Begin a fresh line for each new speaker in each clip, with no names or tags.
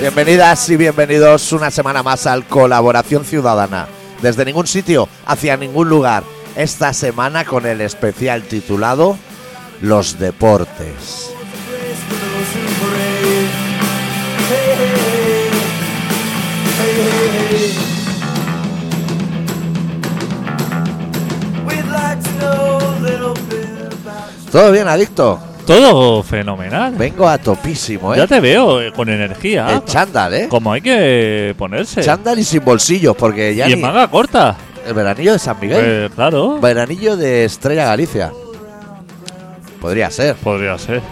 Bienvenidas y bienvenidos una semana más al Colaboración Ciudadana. Desde ningún sitio, hacia ningún lugar. Esta semana con el especial titulado Los deportes. ¿Todo bien, adicto?
Todo fenomenal.
Vengo a topísimo,
Ya
¿eh?
te veo eh, con energía.
El chándal, ¿eh?
Como hay que ponerse.
Chándal y sin bolsillos, porque ya
y en
ni-
manga corta.
el veranillo de San Miguel.
Pues, claro,
Veranillo de Estrella Galicia. Podría ser.
podría ser.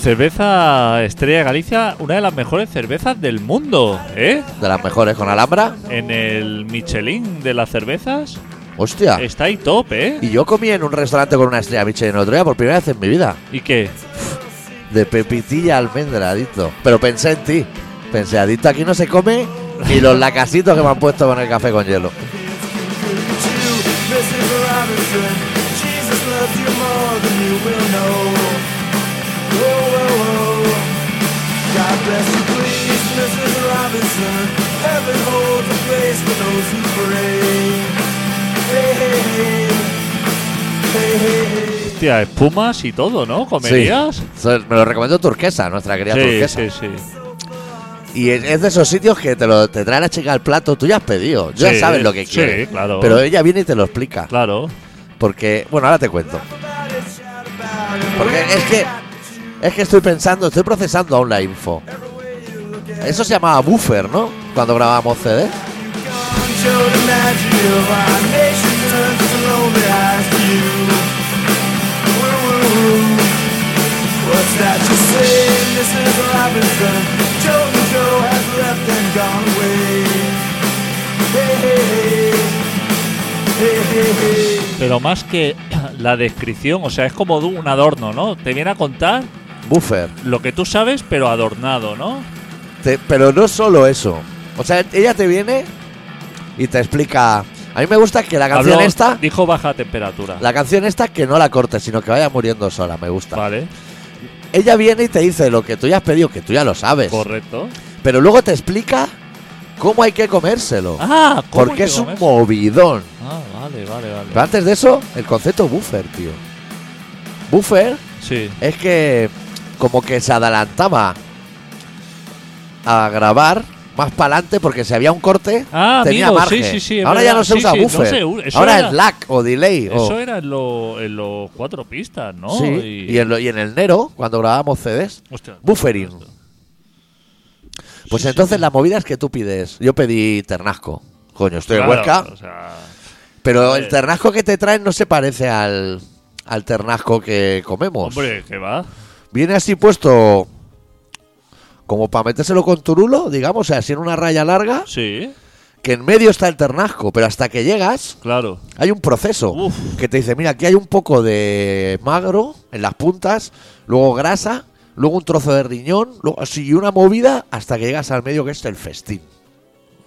Cerveza Estrella Galicia, una de las mejores cervezas del mundo, ¿eh?
De las mejores con Alhambra.
En el Michelin de las cervezas
Hostia.
está ahí top, ¿eh?
Ah. Y yo comí en un restaurante con una estrella Michelin el otro día por primera vez en mi vida.
¿Y qué?
De pepitilla almendra, adicto. Pero pensé en ti. Pensé, adicto, aquí no se come. Y los lacasitos que me han puesto con el café con hielo.
Hostia, espumas y todo, ¿no? ¿Comerías?
So- Me lo recomendó Turquesa, nuestra querida
sí,
Turquesa.
sí. sí.
Y es- es de esos sitios que te, lo, te trae la chica al plato. Tú ya has pedido. Yo
Sí,
ya sabes lo que
sí,
quieres.
claro.
Pero ella viene y te lo explica.
Claro.
Porque, bueno, ahora te cuento. Porque es que es que estoy pensando, estoy procesando aún la info. Eso se llamaba buffer, ¿no? Cuando grabábamos CD.
Pero más que la descripción, o sea, es como de un adorno, ¿no? Te viene a contar
Buffer.
lo que tú sabes, pero adornado, ¿no?
Te- pero no solo eso. O sea, ella te viene y te explica. A mí me gusta que la canción
Habló-
esta,
Dijo baja temperatura.
la canción esta que no la cortes, sino que vaya muriendo sola, me gusta.
Vale,
Ella viene y te dice lo que tú ya has pedido, que tú ya lo sabes.
correcto.
Pero luego te explica cómo hay que comérselo.
Ah, ¿cómo
porque
hay que
es un
comer?
movidón.
Ah, vale, vale, vale.
Pero antes de eso, el concepto buffer, tío. Buffer
Sí,
es que como que se adelantaba a grabar más para adelante porque si había un corte
Ah,
tenía
amigo,
margen.
sí, sí, sí, es
Ahora ya
verdad.
no se
Sí,
usa
sí, no
buffer.
se u- eso
Ahora
era-
es lag o delay. o-
eso era en, lo- en los cuatro pistas, ¿no?
Oh. Sí,
Y-
Y, en lo- y en el Nero, cuando grabábamos CDs,
Hostia,
buffering. pues
Sí, sí,
entonces
sí.
la movida es que tú pides. Yo pedí ternasco. Coño, estoy
Claro,
en Huesca.
o sea,
Pero
Eh.
el ternasco que te traen no se parece al, al ternasco que comemos.
hombre, que va.
Viene así puesto como para metérselo con turulo, digamos, o sea, así en una raya larga,
Sí,
que en medio está el ternasco, pero hasta que llegas
claro.
hay un proceso
Uf.
que te dice, mira, aquí hay un poco de magro en las puntas, luego grasa, luego un trozo de riñón, luego así una movida hasta que llegas al medio que es el festín.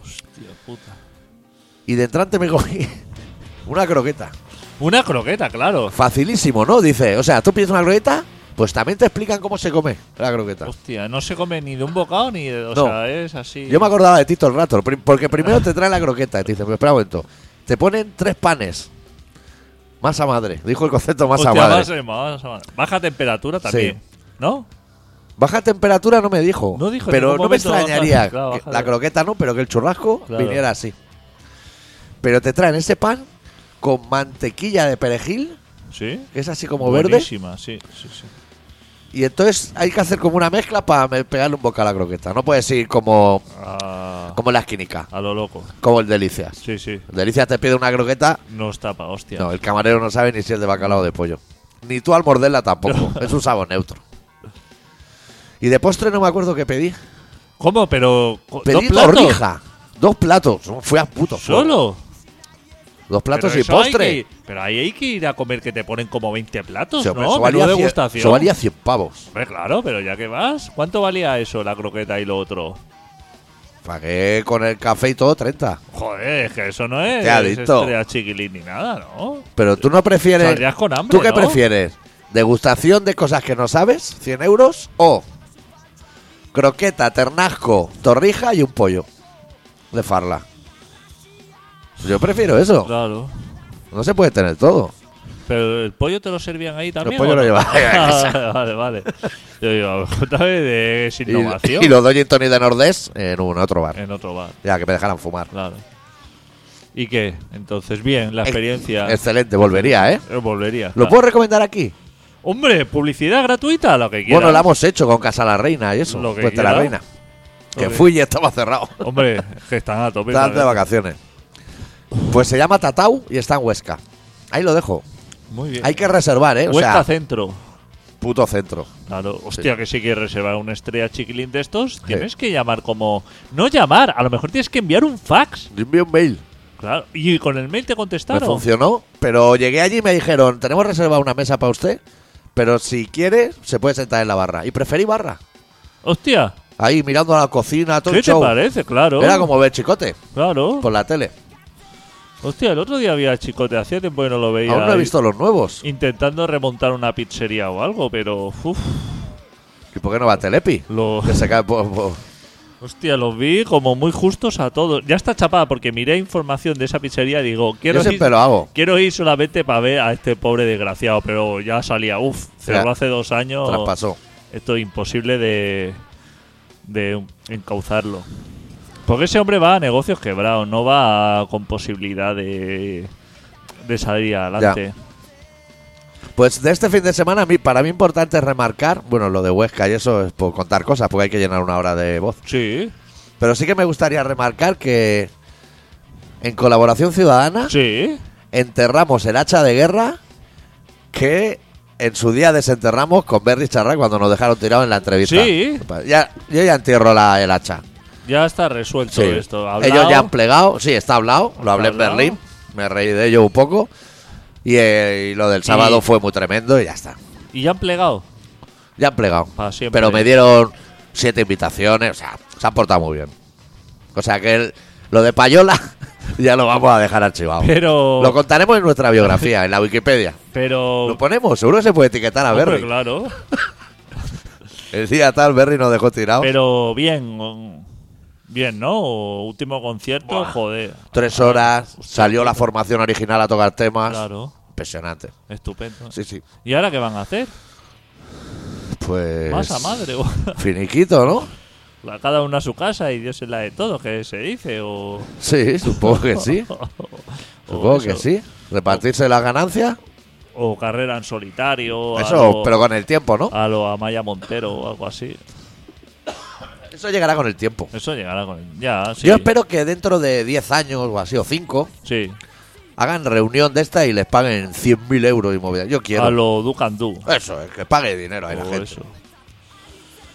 Hostia puta.
Y de entrante me cogí una croqueta.
Una croqueta, claro.
Facilísimo, ¿no? Dice, o sea, tú pides una croqueta, pues también te explican cómo se come la croqueta.
Hostia, no se come ni de un bocado ni de. O
No.
sea, es así.
Yo me acordaba de ti todo el rato, pri- porque primero te traen la croqueta y te dicen, "Pero espera un momento, te ponen tres panes. Masa madre, dijo el concepto masa
Hostia,
madre.
masa- masa madre. Baja temperatura también. ¿No?
Baja temperatura no me dijo,
No dijo en
pero
ningún
no me
momento baja-
extrañaría
claro,
que
baja
la
de-
croqueta no, pero que el churrasco
Claro.
viniera así. Pero te traen ese pan con mantequilla de perejil,
Sí.
que es así como verde,
Buenísima, sí, sí, sí.
y entonces hay que hacer como una mezcla para pegarle un boca a la croqueta. No puedes ir como,
A,
como la esquinica,
Ah, a lo loco.
como el Delicias.
Sí, sí.
El Delicias te pide una croqueta
Nos tapa, hostia.
No, el camarero no sabe ni si es de bacalao o de pollo. Ni tú al morderla tampoco. es un sabor neutro. Y de postre no me acuerdo qué pedí.
¿Cómo? Pero. co-
Pedí
¿Dos platos?
torrija. Dos platos. Fui a puto. fuego.
¿Solo?
Dos platos
Pero
y
eso hay
postre.
que- pero ahí hay que ir a comer que te ponen como 20 platos,
Sí, hombre,
¿no?
eso,
Menuda
valía cien,
degustación.
eso valía 100 pavos.
Hombre, claro, pero ya que vas, ¿cuánto valía eso, la croqueta y lo otro?
Pagué con el café y todo 30.
Joder, es que eso no es
Te adicto.
estrella chiquilín ni nada, ¿no?
Pero tú no prefieres.
Saldrías con hambre,
¿Tú qué
¿no?
prefieres? ¿Degustación de cosas que no sabes? ¿100 euros? ¿O croqueta, ternasco, torrija y un pollo de farla? Yo prefiero eso.
Claro.
No se puede tener todo.
Pero el pollo te lo servían ahí también.
pollo
¿o
lo
no? Ah,
llevaba.
vale, vale. Yo digo, otra vez de es
Y,
innovación
y lo doy en Tony de Nordés en un otro bar.
en otro bar.
Ya, que me dejaran fumar.
Claro. ¿Y qué? Entonces, bien, la experiencia.
Excelente, volvería, ¿eh?
Eh, Volvería.
¿Lo
claro.
puedo recomendar aquí?
Hombre, publicidad gratuita, lo que quieras.
Bueno, la hemos hecho con Casa la Reina y eso.
Lo que
Pues de la
quieras.
Reina.
Lo
Que
que-
fui y estaba cerrado.
Hombre, que están a tope.
Están de
¿vale?
vacaciones. Pues se llama Tatau y está en Huesca. Ahí lo dejo.
Muy bien.
Hay que reservar, ¿eh? O
Huesca
sea,
Centro.
puto centro.
Claro, hostia, que si quieres reservar una estrella chiquilín de estos, tienes que llamar como. No llamar, a lo mejor tienes que enviar un fax.
Yo envié un mail.
Claro, y con el mail te
Me
contestaron.
funcionó, pero llegué allí y me dijeron, tenemos reservada una mesa para usted, pero si quiere, se puede sentar en la barra. Y preferí barra.
Hostia,
Ahí mirando a la cocina, todo
¿qué
el
te
show.
parece? Claro.
Era como ver chicote
Claro.
por la tele.
Hostia, el otro día había chicote, hacía tiempo que no lo veía.
Aún no he
ahí,
visto los nuevos.
Intentando remontar una pizzería o algo, pero. Uf,
¿Y por qué no va Telepi?
lo-
Que se cae por- por-
hostia, los vi como muy justos a todos. Ya está chapada porque miré información de esa pizzería y digo, quiero
Yo
ir,
siempre lo hago.
quiero ir solamente para ver a este pobre desgraciado, pero ya salía, uff, cerró
Ya.
hace dos años.
Traspasó.
Esto es imposible de, de encauzarlo. Porque ese hombre va a negocios quebrados, no va a- con posibilidad de, de salir adelante.
Pues de este fin de semana, a mí- para mí importante es remarcar, bueno, lo de Huesca y eso es por contar cosas, porque hay que llenar una hora de voz.
Sí,
Pero sí que me gustaría remarcar que en colaboración ciudadana
sí.
enterramos el hacha de guerra que en su día desenterramos con Berry Charra cuando nos dejaron tirado en la entrevista.
Sí.
Ya, yo ya entierro la, el hacha.
Ya está
Sí.
resuelto esto. Hablao.
Ellos ya han plegado, sí, está hablado, lo
Está
hablé en
hablado.
Berlín, me reí de ello un poco. Y, eh, y lo del sábado
Y-
fue muy tremendo y ya está.
Y ya han plegado.
Ya han plegado.
Pa' siempre.
Pero me dieron siete invitaciones. O sea, se han portado muy bien. O sea que el- lo de Payola ya lo vamos a dejar archivado.
Pero.
Lo contaremos en nuestra biografía, en la Wikipedia.
pero.
Lo ponemos, seguro que se puede etiquetar a
hombre,
Berry.
claro.
El día tal, Berry nos dejó tirado.
Pero bien. mm, Bien, ¿no? Último concierto,
Buah.
joder.
Tres horas, salió la formación original a tocar temas.
Claro,
Impresionante.
estupendo.
Sí, sí.
¿Y ahora qué van a hacer?
Pues.
Masa madre. o-
Finiquito, ¿no?
A cada uno a su casa y Dios es la de todos, que se dice, o...
Sí, supongo que sí.
o
Supongo
eso,
que sí. Repartirse las ganancias.
O carrera en solitario, a
Eso,
lo,
pero con el tiempo, ¿no?
a lo Amaya Montero o algo así.
Eso llegará con el tiempo.
Eso llegará con el... Ya, sí.
Yo espero que dentro de 10 años o así, o 5,
Sí,
hagan reunión de esta y les paguen 100.000 euros y movida. Yo quiero.
a lo Oh, Ducandú.
Eso, es que pague dinero a la gente.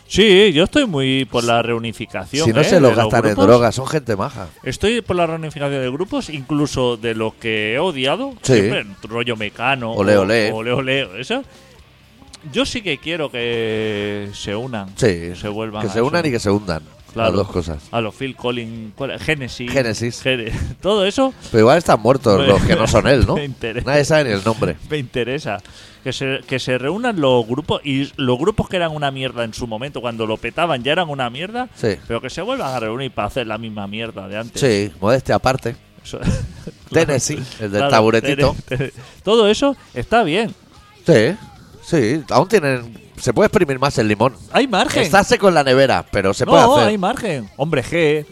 Sí, yo estoy muy por la reunificación.
Si no
¿eh?
se lo
de los
gastan en
grupos.
drogas, son gente maja.
Estoy por la reunificación de grupos, incluso de los que he odiado.
Sí.
Siempre, rollo mecano.
Ole,
o-
ole.
Ole, ole, eso. Yo sí que quiero que se unan.
Sí,
Que se vuelvan.
que
a
se unan
eso.
y que se hundan.
Claro.
Las dos cosas.
A los Phil Collins, ¿cuál era? Genesis.
Génesis.
Gene- todo eso
Pero igual están muertos
Me-
los que no son él, ¿no?
me interesa.
Nadie sabe ni el nombre.
me interesa. Que se, que se reúnan los grupos. Y los grupos que eran una mierda en su momento, cuando lo petaban ya eran una mierda.
Sí.
Pero que se vuelvan a reunir para hacer la misma mierda de antes.
Sí, modestia aparte.
Eso-
Tennessee, el del
Claro,
taburetito.
Tere- Tere- todo eso está bien.
Sí, sí. Aún tienen. Se puede exprimir más el limón.
Hay margen.
Está seco en la nevera, pero se
no,
puede hacer.
hay margen. Hombre G.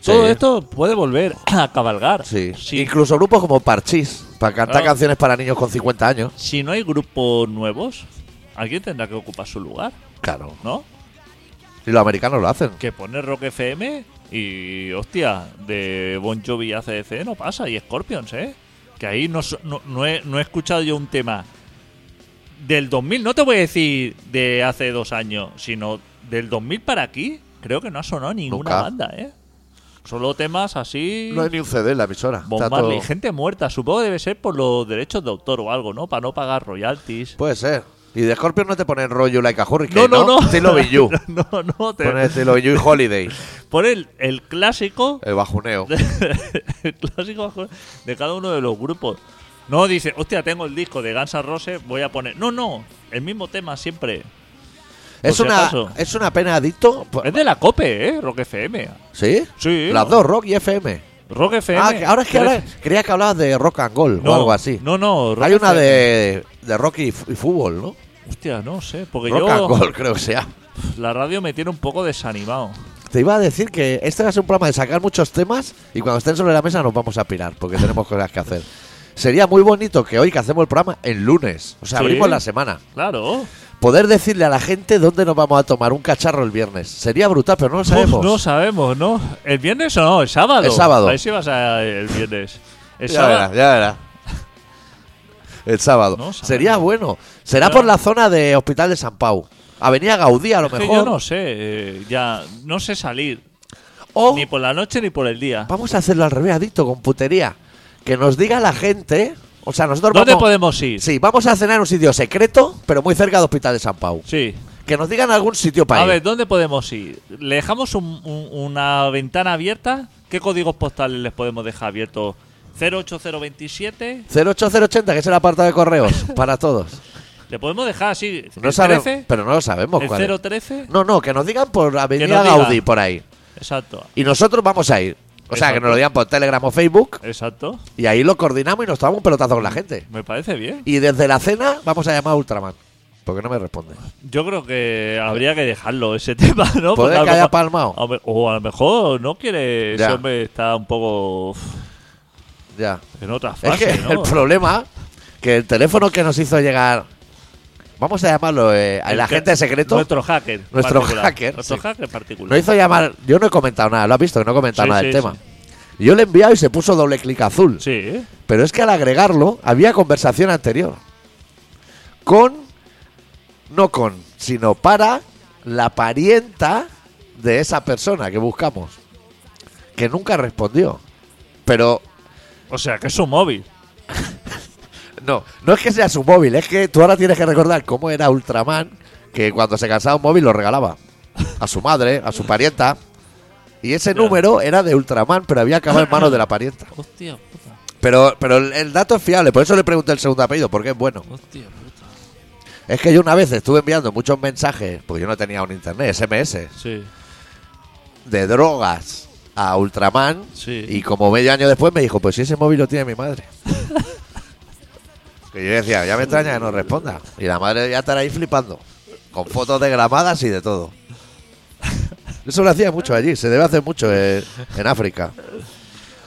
Sí.
Todo esto puede volver a cabalgar.
Sí.
Si,
Incluso grupos como Parchís, para cantar
Claro.
canciones para niños con 50 años.
si no hay grupos nuevos, alguien tendrá que ocupar su lugar,
Claro.
¿no?
Y los americanos lo hacen.
Que poner Rock FM y, hostia, de Bon Jovi a CDC no pasa. Y Scorpions, ¿eh? Que ahí no, so- no, no he, no he escuchado yo un tema del 2000, no te voy a decir de hace dos años, sino del 2000 para aquí. Creo que no ha sonado ninguna
Nunca.
banda, ¿eh? Solo temas así.
No hay ni un CD en la emisora. Está
Bob
todo-
Marley, gente muerta. Supongo que debe ser por los derechos de autor o algo, ¿no? Para no pagar royalties.
Puede ser. Y de Scorpion no te ponen rollo like a hurricane,
no, no, no.
Te lo vi you.
no, no. Te...
Pones Te lo vi you y Holiday.
Pon el, el clásico.
El bajuneo.
el clásico bajo- de cada uno de los grupos. No dice, hostia, tengo el disco de Guns N' Roses, voy a poner. No, no. El mismo tema siempre.
Es
si
una,
acaso.
es una pena adicto. po-
Es de la COPE, ¿eh? Rock FM.
¿Sí?
Sí.
Las dos, rock y FM.
Rock FM.
Ah, que ahora es que ahora creía que hablabas de rock and gold
No,
o algo así.
No, no. Rock
Hay una
FM.
de, de rock y, f- y fútbol, ¿no?
Hostia, no sé. Porque
Rock and
Pues yo.
gold, creo que sea.
La radio me tiene un poco desanimado.
Te iba a decir que este va a ser un programa de sacar muchos temas y cuando estén sobre la mesa nos vamos a pirar porque tenemos cosas que hacer. Sería muy bonito que hoy que hacemos el programa el lunes, o sea,
Sí.
abrimos la semana,
Claro.
poder decirle a la gente dónde nos vamos a tomar un cacharro el viernes. Sería brutal, pero no lo sabemos.
Uf, no sabemos, ¿no? ¿El viernes o no? ¿El sábado?
El sábado.
A ver si vas a el viernes. El
ya verás,
sábado.
ya verás. El sábado.
No sabemos.
Sería bueno. Será
Claro.
por la zona de Hospital de San Pau. Avenida Gaudí, a lo
Es que
mejor.
yo no sé. eh, ya. No sé salir.
O
Ni por la noche ni por el día.
vamos a hacerlo al revés, adicto, con putería. Que nos diga la gente. O sea, nosotros
¿Dónde
vamos-
podemos ir?
Sí, vamos a cenar en un sitio secreto, pero muy cerca de Hospital de San Pau.
Sí.
Que nos digan algún sitio para
A
ir.
ver, ¿dónde podemos ir? ¿Le dejamos un- un- una ventana abierta? ¿Qué códigos postales les podemos dejar abiertos? 08027.
08080, que es el apartado de correos, para todos.
¿Le podemos dejar así?
No
¿El
sabemos,
13?
pero no lo sabemos
¿El
cuál es.
013?
No, no, que nos digan por Avenida
nos diga.
Gaudí, por ahí.
Exacto.
Y nosotros vamos a ir. O sea, que
Exacto.
nos lo digan por Telegram o Facebook,
Exacto.
y ahí lo coordinamos y nos tomamos un pelotazo con la gente.
Me parece bien.
Y desde la cena vamos a llamar a Ultraman, porque no me responde.
Yo creo que habría que dejarlo ese tema, ¿no?
Puede
Porque a lo
que haya
mejor-
palmao.
a lo- O a lo mejor no quiere.
Ya.
Ese hombre está un poco uf,
Ya.
en otra
Es
fase.
que
¿no?
el problema que el teléfono que nos hizo llegar, vamos a llamarlo eh, el,
El que-
agente secreto,
Nuestro hacker.
Nuestro
particular.
hacker,
Nuestro
sí.
hacker particular.
nos hizo llamar. Yo no he comentado nada, lo has visto, que no he comentado
Sí,
nada
sí,
del tema. Yo le he enviado y se puso doble clic azul.
Sí, ¿eh?
Pero es que al agregarlo había conversación anterior. Con, no con, sino para la parienta de esa persona que buscamos. Que nunca respondió. Pero
O sea, que es un móvil.
no, no es que sea su móvil, es que tú ahora tienes que recordar cómo era Ultraman, que cuando se cansaba un móvil lo regalaba. A su madre, a su parienta. Y ese
Ya.
número era de Ultraman, pero había acabado en manos de la parienta.
Hostia puta,
Pero, pero el, el dato es fiable, por eso le pregunté el segundo apellido, porque es bueno.
hostia puta.
Es que yo una vez estuve enviando muchos mensajes, porque yo no tenía un internet, SMS,
Sí,
de drogas a Ultraman.
Sí.
Y como medio año después me dijo, pues si ese móvil lo tiene mi madre. que yo decía, ya me extraña que no responda. Y la madre ya estará ahí flipando, con fotos degramadas y de todo. Eso lo hacía mucho allí, se debe hacer mucho eh, en, África.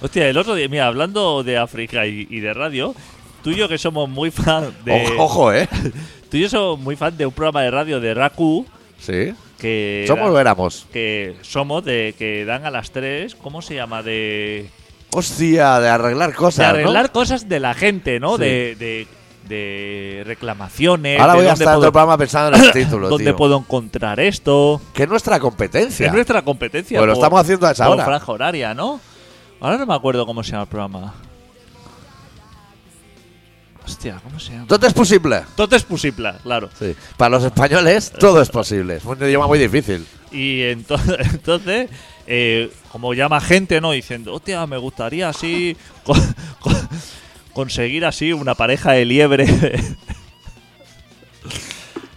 Hostia, el otro día, mira, hablando de África y, y de radio, tú y yo que somos muy fan de.
Ojo, ojo, ¿eh?
Tú y yo somos muy fan de un programa de radio de Raku
Sí.
que.
Somos lo
era-
éramos.
que somos de que dan a las 3, ¿cómo se llama? De,
Hostia, de arreglar
de
cosas. ¿no?
arreglar cosas de la gente, ¿no?
Sí.
De, de, de reclamaciones.
Ahora
de
voy a
dónde
estar en todo
puedo-
el programa pensando en el título.
¿Dónde
tío.
puedo encontrar esto?
Que es nuestra competencia.
Es nuestra competencia.
Pues lo
por-
estamos haciendo a esa
por
hora.
franja horaria, ¿no? Ahora no me acuerdo cómo se llama el programa. Hostia, ¿cómo se llama?
Todo es posible.
Todo es posible, claro.
Sí. Para los españoles, todo es posible. Es un idioma muy difícil.
Y ento- entonces, eh, como llama gente, ¿no? Diciendo, hostia, me gustaría así con- con- conseguir así una pareja de liebre.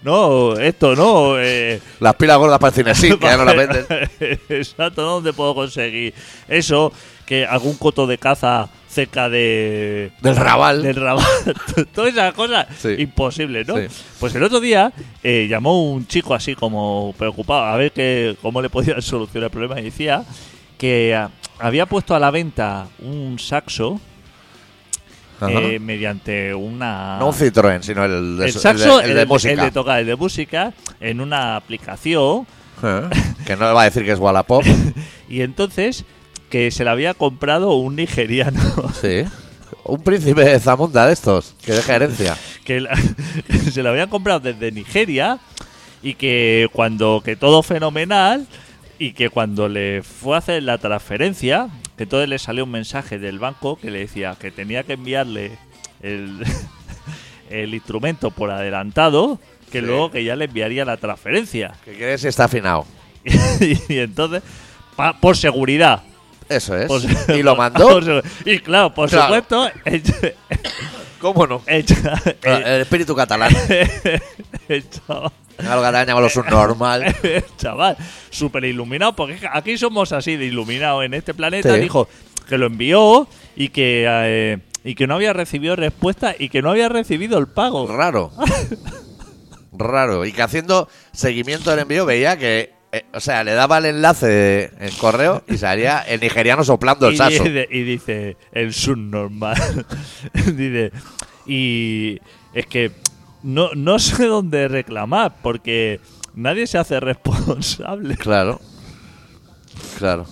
no, esto, ¿no? Eh,
Las pilas gordas para el cine, sí, que ya no las venden.
Exacto, ¿no? ¿dónde puedo conseguir eso? Que algún coto de caza cerca de
Del Raval.
del Raval, todas esas cosas
Sí.
imposibles, ¿no?
Sí.
Pues el otro día eh, llamó un chico así como preocupado a ver que, cómo le podían solucionar el problema y decía que ah, había puesto a la venta un saxo
Ajá.
eh, mediante una
no un Citroën, sino el de,
el
su-
saxo,
el de- el de
el
música.
de tocar, el de música, en una aplicación
Eh, que no le va a decir que es Wallapop.
Y entonces que se la había comprado un nigeriano.
sí. Un príncipe de Zamunda de estos, que deja herencia.
Que, la- que se la habían comprado desde Nigeria y que cuando que todo fenomenal Y que cuando le fue a hacer la transferencia, que entonces le salió un mensaje del banco que le decía que tenía que enviarle el, el instrumento por adelantado, que
Sí.
luego que ya le enviaría la transferencia.
¿Qué quieres si está afinado?
y, entonces, pa- por seguridad.
Eso es.
por se-
¿Y lo mandó?
por se- y claro, por
Claro.
supuesto, el-
¿Cómo no?
el cha-
El,
el-
el espíritu catalán.
el chaval-
Algo catalán llámalo subnormal.
el chaval, súper iluminado, porque es que aquí somos así de iluminados en este planeta,
Sí.
dijo que lo envió y que, eh, y que no había recibido respuesta y que no había recibido el pago.
Raro. Raro. Y que haciendo seguimiento del envío veía que. eh, o sea, le daba el enlace de- en correo y salía el nigeriano soplando el
Y
saso.
dice, y dice, el subnormal. dice, y es que no, no sé dónde reclamar, porque nadie se hace responsable.
Claro. Claro.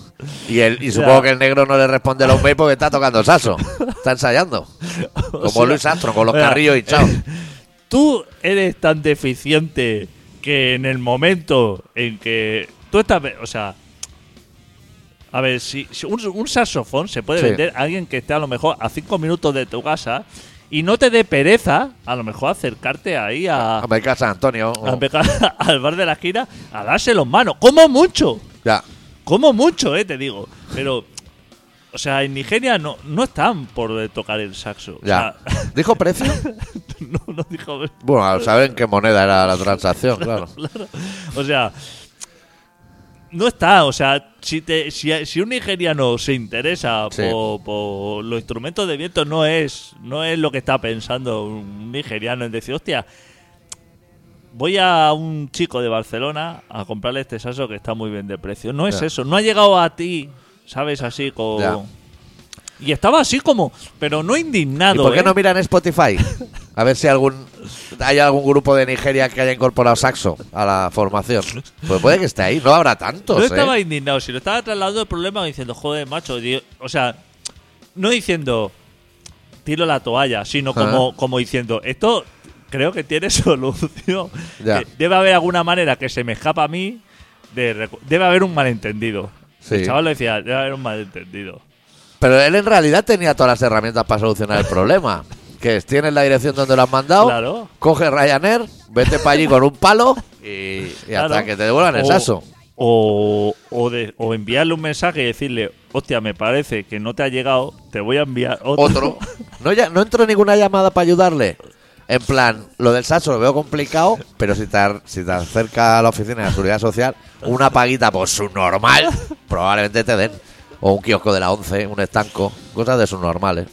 Y, el, y
sea-
supongo que el negro no le responde a los mails porque está tocando saso. Está ensayando. Como
sea, eh,
Luis Astro, con los
mira,
carrillos hinchados.
Tú eres tan deficiente que en el momento en que tú estás, ve- o sea, a ver, si, si un, un saxofón se puede
Sí.
vender a alguien que esté a lo mejor a cinco minutos de tu casa y no te dé pereza, a lo mejor acercarte ahí a,
A ver, casa, Antonio. oh, o-
a pegar al bar de la esquina a darse los manos, como mucho.
Ya.
Como mucho, eh, te digo. Pero, o sea, en Nigeria no, no están por eh, tocar el saxo. O
Ya.
sea,
¿Dijo precio?
no, no dijo.
Bueno, al saber en qué moneda era la transacción, claro.
O sea, no está. O sea, si, te, si, si un nigeriano se interesa
Sí.
por, por los instrumentos de viento, no es, no es lo que está pensando un nigeriano en decir, hostia. Voy a un chico de Barcelona a comprarle este saso que está muy bien de precio. No es
Ya.
eso, no ha llegado a ti, ¿sabes? Así con...
Ya.
Y estaba así como, pero no indignado.
¿Y por qué
¿eh?
no miran Spotify? A ver si algún hay algún grupo de Nigeria que haya incorporado saxo a la formación. Pues puede que esté ahí, no habrá tantos.
No
¿eh?
estaba indignado, si lo estaba trasladando el problema diciendo, joder, macho, di- o sea, no diciendo tiro la toalla, sino como, como diciendo, esto creo que tiene solución.
Ya.
Eh, Debe haber alguna manera que se me escapa a mí, de recu- debe haber un malentendido.
Sí.
El chaval lo decía, debe haber un malentendido.
Pero él en realidad tenía todas las herramientas para solucionar el problema. Que es, tienes la dirección donde lo has mandado,
Claro.
coge Ryanair, vete para allí con un palo y, y hasta
Claro.
que te devuelvan el
O-
saso.
O, o, de- o enviarle un mensaje y decirle, hostia, me parece que no te ha llegado, te voy a enviar
Otro. No, ya, no entró ninguna llamada para ayudarle. En plan, lo del saso lo veo complicado, pero si te, ar- si te acerca a la oficina de seguridad social, una paguita por su normal, probablemente te den. O un kiosco de la 11, un estanco, cosas de sus normales.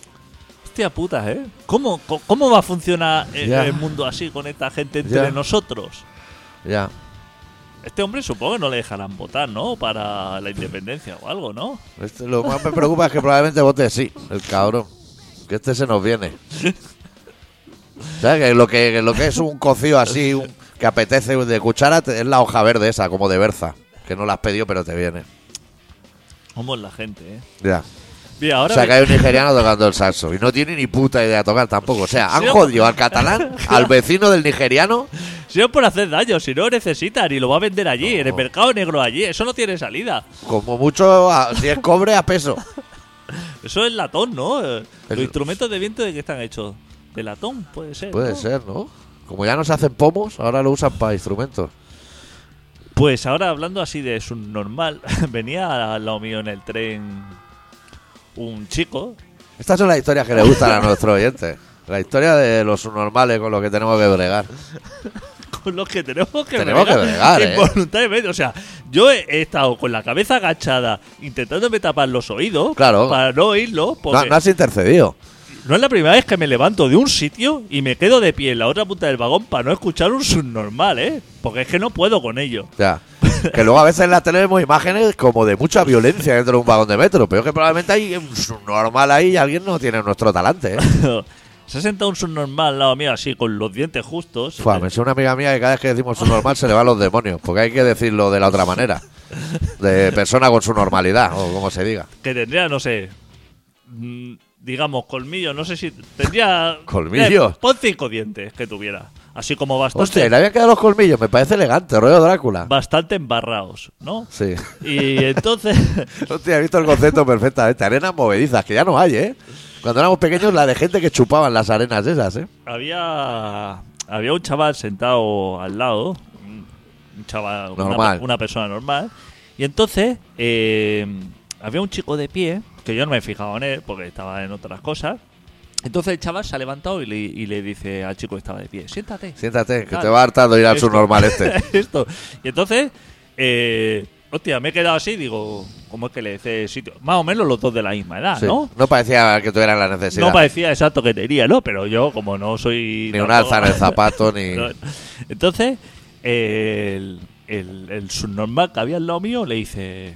Hostia puta, ¿eh? ¿Cómo, co- cómo va a funcionar el,
Ya.
el mundo así con esta gente entre
Ya.
nosotros?
Ya.
Este hombre supongo que no le dejarán votar, ¿no? Para la independencia o algo, ¿no?
Este, lo más me preocupa es que probablemente vote sí, el cabrón. Que este se nos viene. ¿Sabes? Que lo que, que lo que es un cocido así, un- que apetece de cuchara, te- es la hoja verde esa, como de berza. Que no la has pedido, pero te viene.
Somos la gente, ¿eh?
Ya.
Mira, ahora
O sea,
me-
que hay un nigeriano tocando el saxo. Y no tiene ni puta idea de tocar tampoco. O sea, han
Sí,
jodido al catalán, al vecino del nigeriano.
si es por hacer daño, si no necesitan y lo va a vender allí, en el
No.
mercado negro allí, eso no tiene salida.
Como mucho, a- si es cobre, a peso.
Eso es latón, ¿no? Eh, Los
Eso.
instrumentos de viento de que están hechos. De latón, puede ser.
Puede
¿no?
ser, ¿no? Como ya no se hacen pomos, ahora lo usan para instrumentos.
Pues ahora hablando así de subnormal, venía al lado mío en el tren un chico
Estas son las historias que le gustan a nuestros oyentes. La historia de los normales con los que tenemos que bregar.
con los que tenemos que
Tenemos que bregar, ¿eh?
involuntariamente. O sea, yo he, he estado con la cabeza agachada intentándome tapar los oídos
Claro.
para no oírlo,
No, no
porque no,
has intercedido.
es la primera vez que me levanto de un sitio y me quedo de pie en la otra punta del vagón para no escuchar un subnormal, ¿eh? Porque es que no puedo con ello.
Ya. Que luego a veces en la tele vemos imágenes como de mucha violencia dentro de un vagón de metro. Pero es que probablemente hay un normal ahí y alguien no tiene nuestro talante. ¿eh?
Se ha sentado un subnormal al lado mío así con los dientes justos. eh,
Fua, pues. me suena una amiga mía que cada vez que decimos su normal se le van los demonios, porque hay que decirlo de la otra manera. De persona con su normalidad, o como se diga.
que tendría, no sé, mm, digamos, colmillos, no sé si tendría...
¿Colmillos?
Eh, pon cinco dientes que tuviera. así como
Hostia,
bastante,
le habían quedado los colmillos, me parece elegante, rollo Drácula.
bastante embarrados, ¿no?
Sí.
Y entonces,
Hostia, he visto el concepto perfectamente. Arenas movedizas, que ya no hay, ¿eh? Cuando éramos pequeños, la de gente que chupaban las arenas esas, ¿eh?
había, había un chaval sentado al lado, un un chaval, una-
Normal.
Una, persona normal, y entonces eh, había un chico de pie, que yo no me he fijado en él porque estaba en otras cosas, entonces el chaval se ha levantado y le, y le dice al chico que estaba de pie, siéntate.
Siéntate, que te
Claro.
va hartando ir al
Esto.
subnormal este.
Esto. Y entonces, eh, hostia, me he quedado así, digo, ¿cómo es que le dice sitio? Más o menos los dos de la misma edad,
Sí.
Ah, ¿no?
No parecía que tuvieran la necesidad.
No parecía exacto que tenía, ¿no? Pero yo, como no soy.
ni un
tampoco-
alza en el zapato, ni.
No. Entonces, eh, el, el- el subnormal que había al lado mío le dice.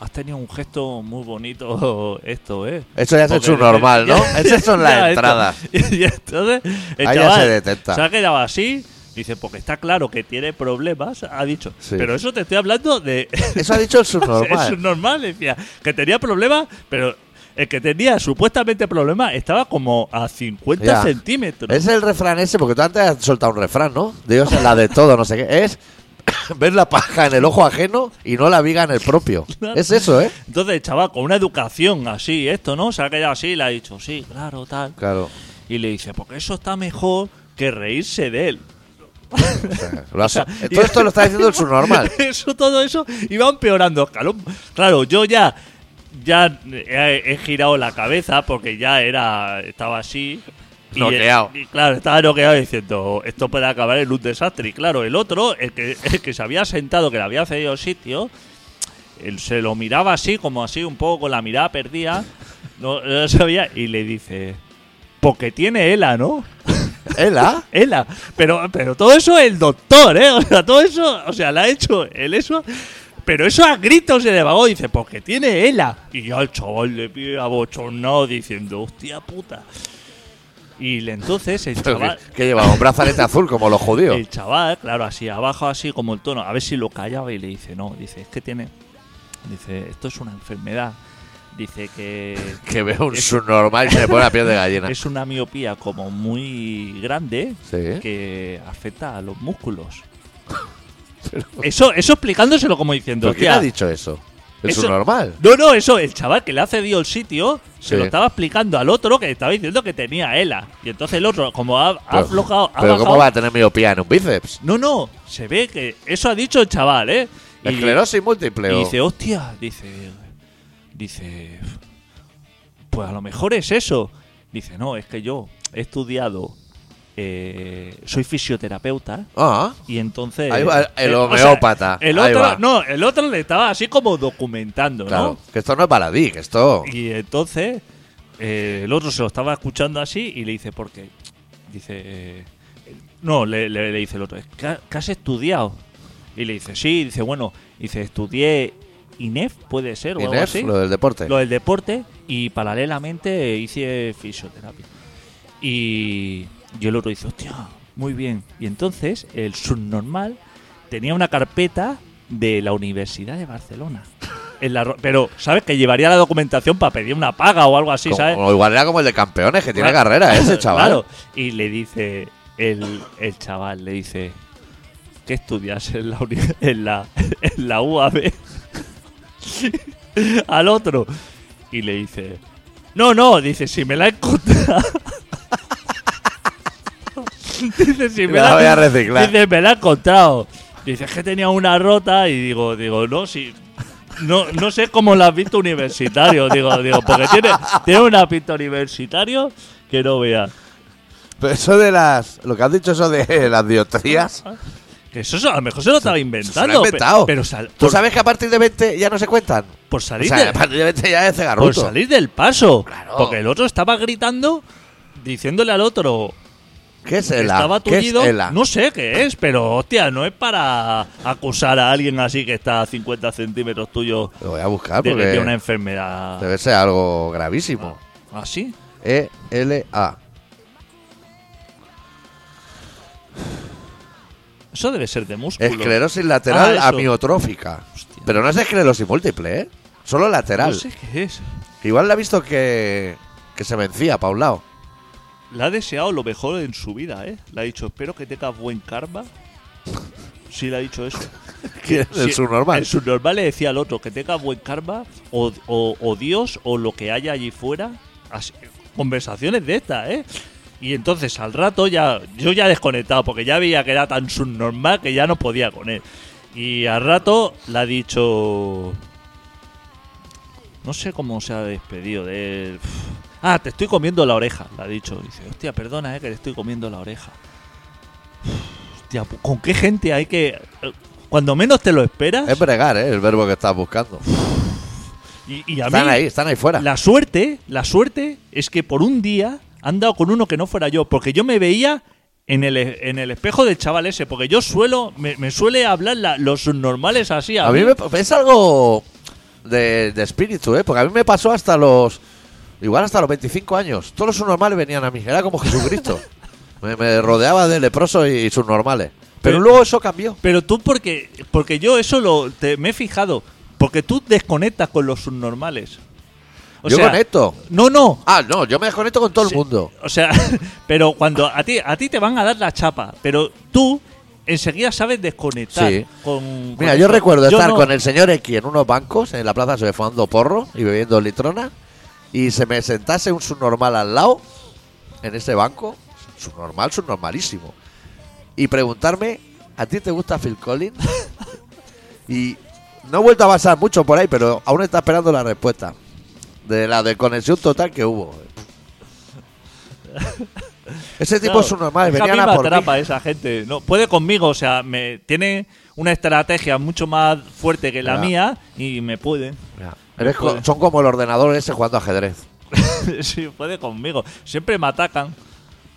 Has tenido un gesto muy bonito esto, ¿eh?
Eso ya es el
Porque-
subnormal, ¿no?
ya-
Esas son
ya,
las
esto.
entradas.
Y entonces, el
Ahí ya
chaval
se detecta.
Se ha quedado así. Dice, porque está claro que tiene problemas, ha dicho.
Sí.
Pero eso te estoy hablando de.
Eso ha dicho el
es
subnormal.
normal, decía. Que tenía problemas, pero el que tenía supuestamente problemas estaba como a 50
Ya.
centímetros.
Es el refrán ese, porque tú antes has soltado un refrán, ¿no? Digo, es la de todo, no sé qué. Es ver la paja en el ojo ajeno y no la viga en el propio. Es eso, ¿eh?
Entonces, el chaval, con una educación así, esto, ¿no? Se ha quedado así y le ha dicho, sí, claro, tal.
Claro.
Y le dice, porque eso está mejor que reírse de él.
O sea, lo has- todo esto lo está diciendo el subnormal.
Eso, todo eso iba empeorando. Claro, claro yo ya, ya he, he girado la cabeza porque ya era estaba así. y-
Noqueado.
Y, claro, estaba noqueado diciendo, esto puede acabar en un desastre. Y claro, el otro, el que, el que se había sentado, que le había cedido sitio, él se lo miraba así, como así, un poco con la mirada perdida. No, no sabía. Y le dice, porque tiene ELA, ¿no?
¿El A?
Ela. Pero, pero todo eso el doctor, ¿eh? O sea, todo eso, o sea, la ha hecho el eso. Pero eso a gritos se le vagó, dice, porque tiene Ela. Y ya el chaval de pie abochornado diciendo, hostia puta. Y le- entonces el chaval,
Que llevaba un brazalete azul como los judíos.
el chaval, claro, así abajo, así como el tono, a ver si lo callaba y le dice, no, dice, es que tiene, dice, esto es una enfermedad. Dice que
Que veo un subnormal y se le pone la piel de gallina.
es una miopía como muy grande
Sí.
que afecta a los músculos. Eso, eso explicándoselo como diciendo,
¿Pero quién ha
"Tía,
dicho eso? El
Eso-
subnormal.
no, no, eso, el chaval que le ha cedido el sitio,
Sí.
se lo estaba explicando al otro que le estaba diciendo que tenía ELA. Y entonces el otro, como ha, ha
Pero-
aflojado, ha
Pero
bajado-
¿cómo va a tener miopía en un bíceps?
No, no, se ve que eso ha dicho el chaval, ¿eh? Y-
Esclerosis múltiple.
y
o-
dice, hostia, dice, dice, pues a lo mejor es eso. Dice, no, es que yo he estudiado, eh, soy fisioterapeuta
Ah,
y entonces...
Ahí va el
eh, o
homeópata,
sea, el
ahí
otro,
va.
no, el otro le estaba así como documentando,
claro. Que esto no es baladí, que esto.
¿no? Y entonces eh, el otro se lo estaba escuchando así y le dice, ¿por qué? Dice, eh, no, le, le- le dice el otro, ¿qué, ha- qué has estudiado? Y le dice, sí, dice, bueno, dice, estudié INEF, puede ser, o algo
Inés,
así
lo del deporte.
lo del deporte y paralelamente hice fisioterapia. Y, y el otro dice, hostia, muy bien. Y entonces el subnormal tenía una carpeta de la Universidad de Barcelona. En la ro- pero, ¿sabes? Que llevaría la documentación para pedir una paga o algo así,
Como-
¿sabes?
o igual era como el de campeones, que tiene
Claro.
carrera ese chaval.
Claro. Y le dice el, el chaval, le dice, ¿qué estudias en la, uni- en la, en la UAB? Al otro. Y le dice, no, no, dice, si me la he encontrado. dice, si me
La
la,
voy a reciclar.
Dice, me la he encontrado. Dice, es que tenía una rota y digo, digo, no, si... No, no sé cómo la has visto universitario, digo, digo, porque tiene, tiene una pinta universitario que no veas.
Pero eso de las. Lo que has dicho, eso de las dioptrías.
Que eso, se- a lo mejor se lo estaba
Se lo
inventando.
han
pe-
inventado.
Pero, sal-
¿Tú
por,
sabes que a partir de 20 ya no se cuentan?
por
O
salir,
sea, a
de-
partir de 20 ya es
por
cegarruto.
salir del paso.
Claro.
Porque el otro estaba gritando, diciéndole al otro
¿Qué es
que
el
estaba
A? ¿Qué es
tullido.
el A?
No sé qué es, pero hostia, no es para acusar a alguien así que está a 50 centímetros tuyo
Lo voy a buscar
de que tiene una
Ah, porque
enfermedad ¿Ah,
debe ser algo gravísimo. E,
así.
E-L-A.
Eso debe ser de músculo.
Esclerosis lateral
Ah, eso.
amiotrófica.
Hostia.
Pero no es esclerosis múltiple, ¿eh? Solo lateral.
No sé qué es.
Igual la ha visto que, que se vencía para un lado.
Le ha deseado lo mejor en su vida, ¿eh? Le ha dicho, espero que tengas buen karma. Sí, le ha dicho eso.
¿Quién es el
Sí,
subnormal?
El subnormal le decía al otro que tenga buen karma o, o- o Dios o lo que haya allí fuera. Así- conversaciones de estas, ¿eh? Y entonces al rato ya yo ya desconectado porque ya veía que era tan subnormal que ya no podía con él. Y al rato le ha dicho... No sé cómo se ha despedido de él. Uf. Ah, te estoy comiendo la oreja, le ha dicho. Dice, hostia, perdona, eh, que te estoy comiendo la oreja. Uf, Hostia, ¿con qué gente hay que...? eh, Cuando menos te lo esperas...
Es bregar, ¿eh? El verbo que estás buscando.
Y, y a
Están
mí,
ahí, están ahí fuera.
la suerte, la suerte es que por un día han dado con uno que no fuera yo, porque yo me veía en el, en el espejo del chaval ese, porque yo suelo, me, me suele hablar la- los subnormales así. A,
A mí me, es algo de, de espíritu, ¿eh? Porque a mí me pasó hasta los. Igual hasta los 25 años. Todos los subnormales venían a mí. Era como Jesucristo. me, me rodeaba de leprosos y, y subnormales. Pero
Pero-
luego eso cambió.
Pero tú porque, porque yo eso lo te- me he fijado, porque tú desconectas con los subnormales. O
Yo
sea,
conecto.
No, no.
Ah, no, yo me desconecto con todo el
Sí,
mundo.
O sea, pero cuando a ti, a ti te van a dar la chapa, pero tú enseguida sabes desconectar.
Sí.
Con,
Mira,
con
yo
eso.
recuerdo estar
no.
con el señor X en unos bancos en la plaza se fumando porro y bebiendo litrona y se me sentase un subnormal al lado en ese banco, subnormal, subnormalísimo, y preguntarme, ¿a ti te gusta Phil Collins? y no he vuelto a pasar mucho por ahí, pero aún está esperando la respuesta de la desconexión total que hubo. Ese Este tipo
Claro,
es subnormal,
es la
venían
misma
a por mí.
trampa esa gente. No, puede conmigo, o sea, me tiene una estrategia mucho más fuerte que la
Ya.
mía y me puede.
Mira, eres co- son como el ordenador ese jugando ajedrez.
sí, puede conmigo. Siempre me atacan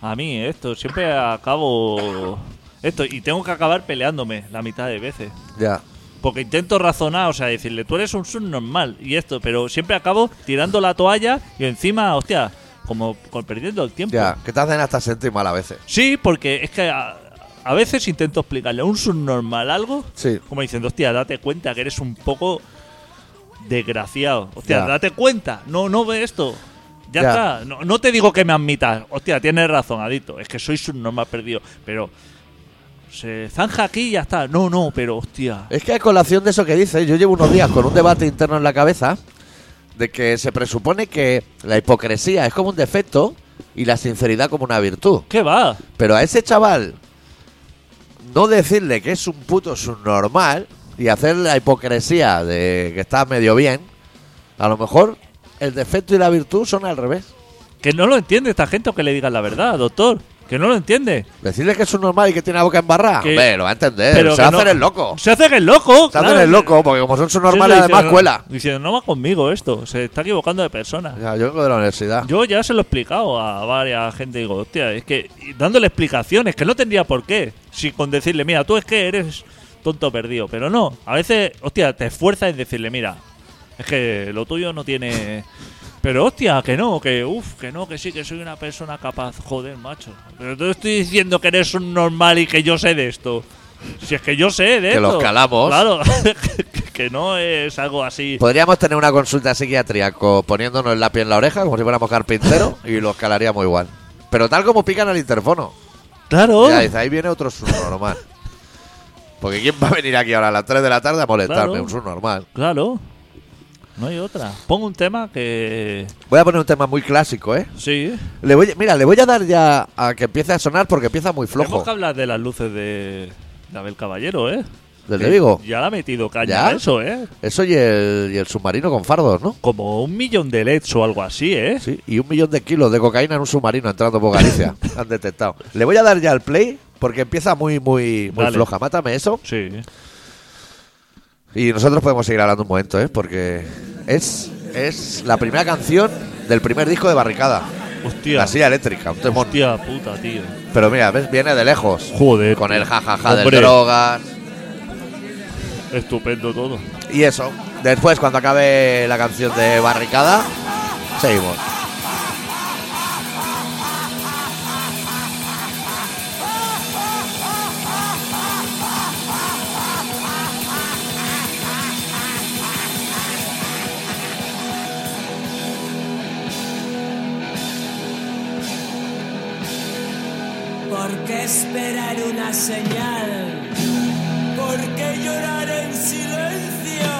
a mí ¿eh? esto, siempre acabo esto y tengo que acabar peleándome la mitad de veces.
Ya.
Porque intento razonar, o sea, decirle, tú eres un subnormal y esto, pero siempre acabo tirando la toalla y encima, hostia, como con- perdiendo el tiempo.
Ya, que te hacen hasta sentir mal a veces.
Sí, porque es que a, a veces intento explicarle a un subnormal algo,
Sí.
como diciendo, hostia, date cuenta que eres un poco desgraciado. Hostia,
Ya.
date cuenta, no, no ve esto. Ya,
Ya.
está, no, no te digo que me admitas. Hostia, tienes razón, adicto. Es que soy subnormal perdido. Pero se zanja aquí y ya está. No, no, pero hostia.
Es que a colación de eso que dices, yo llevo unos días con un debate interno en la cabeza de que se presupone que la hipocresía es como un defecto y la sinceridad como una virtud.
¿Qué va?
Pero a ese chaval no decirle que es un puto subnormal y hacer la hipocresía de que está medio bien, a lo mejor el defecto y la virtud son al revés.
Que no lo entiende esta gente o que le digan la verdad, doctor. Que no lo entiende.
Decirle que es subnormal y que tiene la boca embarrada,
Que-
hombre, lo va a entender,
pero
Eh, se va a
que
hacer
no-
el loco.
Se hace que es loco.
Se va a
claro.
hacer el loco, porque como son subnormales,
Sí, sí,
además
diciendo-
cuela.
Diciendo, no va conmigo esto, se está equivocando de persona.
Ya, yo vengo de la universidad.
Yo ya se lo he explicado a varias gente, digo, hostia, es que y dándole explicaciones, que no tendría por qué, si con decirle, mira, tú es que eres tonto perdido, pero no, a veces, hostia, te esfuerzas en decirle, mira, es que lo tuyo no tiene... Pero hostia, que no, que uff, que no, que sí, que soy una persona capaz, joder, macho. Pero te estoy diciendo que eres un normal y que yo sé de esto. Si es que yo sé de
Que
esto.
los calamos.
Claro, que- que no es algo así.
Podríamos tener una consulta psiquiátrica co- poniéndonos el lápiz en la oreja, como si fuéramos carpinteros, y los calaríamos igual. Pero tal como pican al interfono.
Claro.
Ya, dice, ahí viene otro subnormal. Porque ¿quién va a venir aquí ahora a las 3 de la tarde a molestarme?
Claro.
Un subnormal.
Claro. No hay otra. Pongo un tema que.
Voy a poner un tema muy clásico, ¿eh?
Sí.
Le voy, mira, le voy a dar ya a que empiece a sonar porque empieza muy
Tenemos
flojo.
que hablar de las luces de. de Abel Caballero, ¿eh?
Del
Que
de Vigo.
Ya le ha metido caña
¿Ya?
a eso, ¿eh?
Eso y el, y el submarino con fardos, ¿no?
Como un millón de LEDs o algo así, ¿eh?
Sí, y un millón de kilos de cocaína en un submarino entrando por Galicia. Han detectado. Le voy a dar ya al play porque empieza muy, muy, muy
Vale.
floja. Mátame eso.
Sí.
Y nosotros podemos seguir hablando un momento, ¿eh? Porque es, es la primera canción del primer disco de Barricada.
Hostia.
La silla eléctrica, un temón.
Hostia puta, tío.
Pero mira, ¿ves? viene de lejos.
Joder.
Con
tío.
el jajaja del
Hombre,
drogas.
Estupendo todo.
Y eso. Después, cuando acabe la canción de Barricada, seguimos.
Thank ¿Por qué esperar una señal? ¿Por qué llorar en silencio?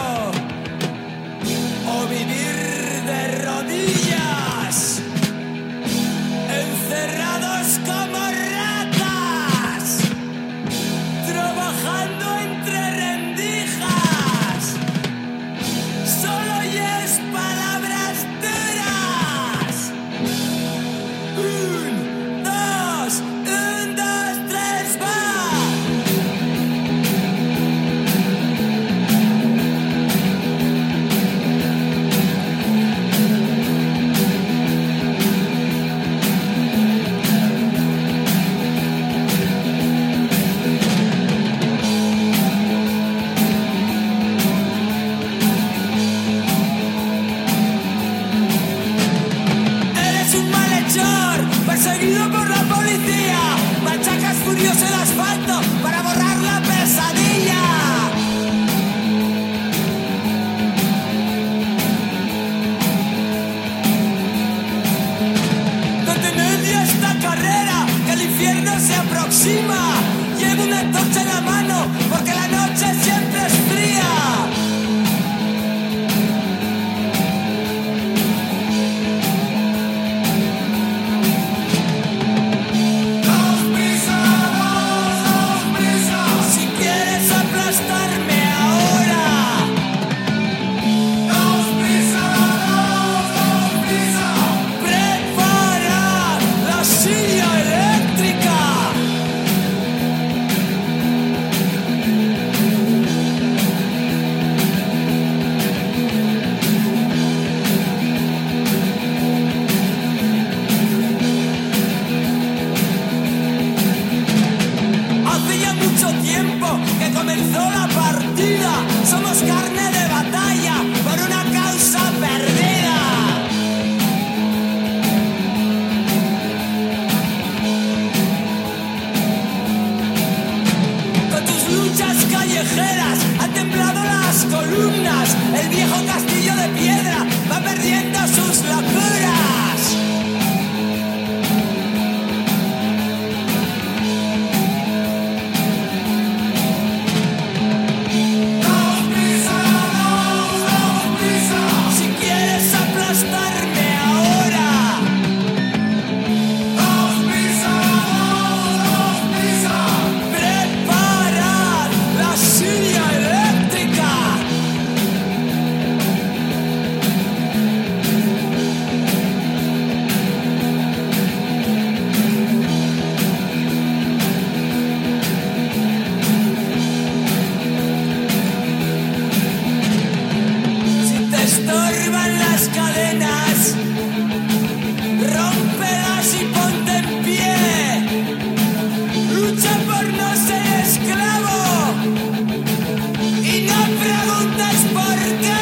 ¿O vivir de rodillas? Encerrados como ratas, trabajando entre rendijas. Solo oyes palabras duras. Un, dos, un, dos, tres, va. Eres un malhechor, perseguido por la policía. Machacas furioso el asfalto para borrar la pesadilla. Detened ya esta carrera, que el infierno se aproxima. Llevo una antorcha en la mano, porque la noche siempre es fría. ¡Dos prisa, dos prisa! Si quieres aplastarme ahora. ¡Dos prisa, dos prisa! Prepara la silla eléctrica. Hace ya mucho tiempo que comenzó la partida. Somos carne de batalla por una causa perdida. Con tus luchas callejeras han temblado las columnas. El viejo castillo de piedra va perdiendo sus lacuras. Dos prisa, dos, dos prisa. Si quieres aplastarme ahora. Dos prisa, dos, dos prisa. Preparad la silla eléctrica. Si te estorban las cadenas, rompelas y ponte en pie. Lucha por no ser esclavo y no preguntes por qué.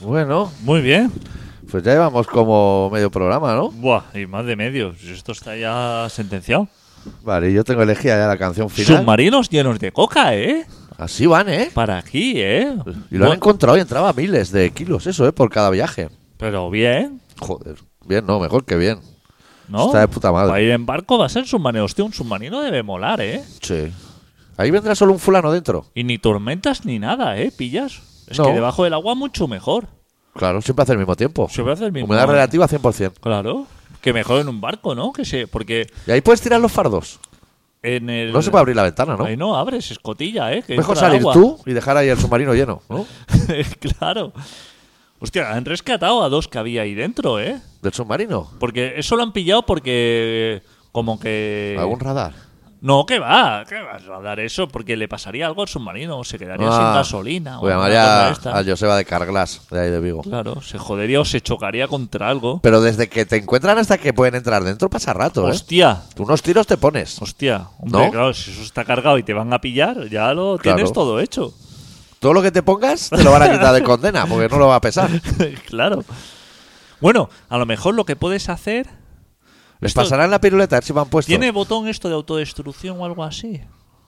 Bueno,
Muy bien.
pues ya llevamos como medio programa, ¿no?
Buah, y más de medio. Esto está ya sentenciado.
Vale, yo tengo elegida ya la canción final.
Submarinos llenos de coca, ¿eh?
Así van, ¿eh?
Para aquí, ¿eh?
Y lo han
Bu-
encontrado y entraba a miles de kilos, eso, ¿eh? Por cada viaje.
Pero bien,
Joder, bien, no, mejor que bien.
¿no?
Está de puta madre.
Para ir en barco va a ser submarino. Hostia, un submarino debe molar, ¿eh?
Sí. Ahí vendrá solo un fulano dentro.
Y ni tormentas ni nada, ¿eh? ¿Pillas? Es
No.
que debajo del agua mucho mejor.
Claro, siempre hace el mismo tiempo.
Siempre hace el mismo.
Humedad relativa 100%.
Claro. Que mejor en un barco, ¿no? Que sé, porque
Y ahí puedes tirar los fardos.
en el...
No se puede abrir la ventana, ¿no?
Ahí no abres, escotilla, ¿eh? Que
Mejor
entra el
salir
agua.
tú y dejar ahí el submarino lleno, ¿no?
claro. Hostia, han rescatado a dos que había ahí dentro, ¿eh?
Del submarino.
Porque eso lo han pillado porque... Como que...
¿Algún radar?
No, que va, que vas a dar eso, porque le pasaría algo al submarino, se quedaría sin
Ah,
gasolina.
Voy a
alguna
llamar ya
cosa de esta.
a Joseba de Carglass, de ahí de Vigo.
Claro, se jodería o se chocaría contra algo.
Pero desde que te encuentran hasta que pueden entrar dentro pasa rato, ¿eh?
Hostia,
Tú unos tiros te pones.
hostia. Hombre,
¿No?
claro, si eso está cargado y te van a pillar, ya lo
Claro.
tienes todo hecho.
Todo lo que te pongas te lo van a quitar de condena, porque no lo va a pesar.
claro. Bueno, a lo mejor lo que puedes hacer.
Les
Esto-
pasarán la piruleta a ver si van puesto.
¿Tiene botón esto de autodestrucción o algo así?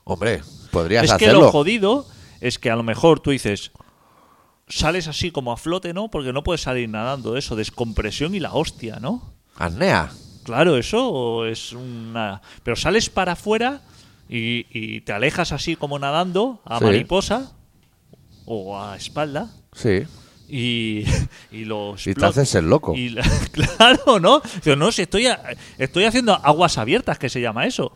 Hombre, podrías
es que
hacerlo.
lo jodido es que a lo mejor tú dices. Sales así como a flote, ¿no? Porque no puedes salir nadando de eso. Descompresión y la hostia, ¿no?
Asnea.
Claro, eso es una. Pero sales para afuera y, y te alejas así como nadando a
Sí.
mariposa o a espalda
Sí.
y, y los.
Y te haces el loco.
y la- claro, ¿no? Yo no, si estoy, a- estoy haciendo aguas abiertas, que se llama eso.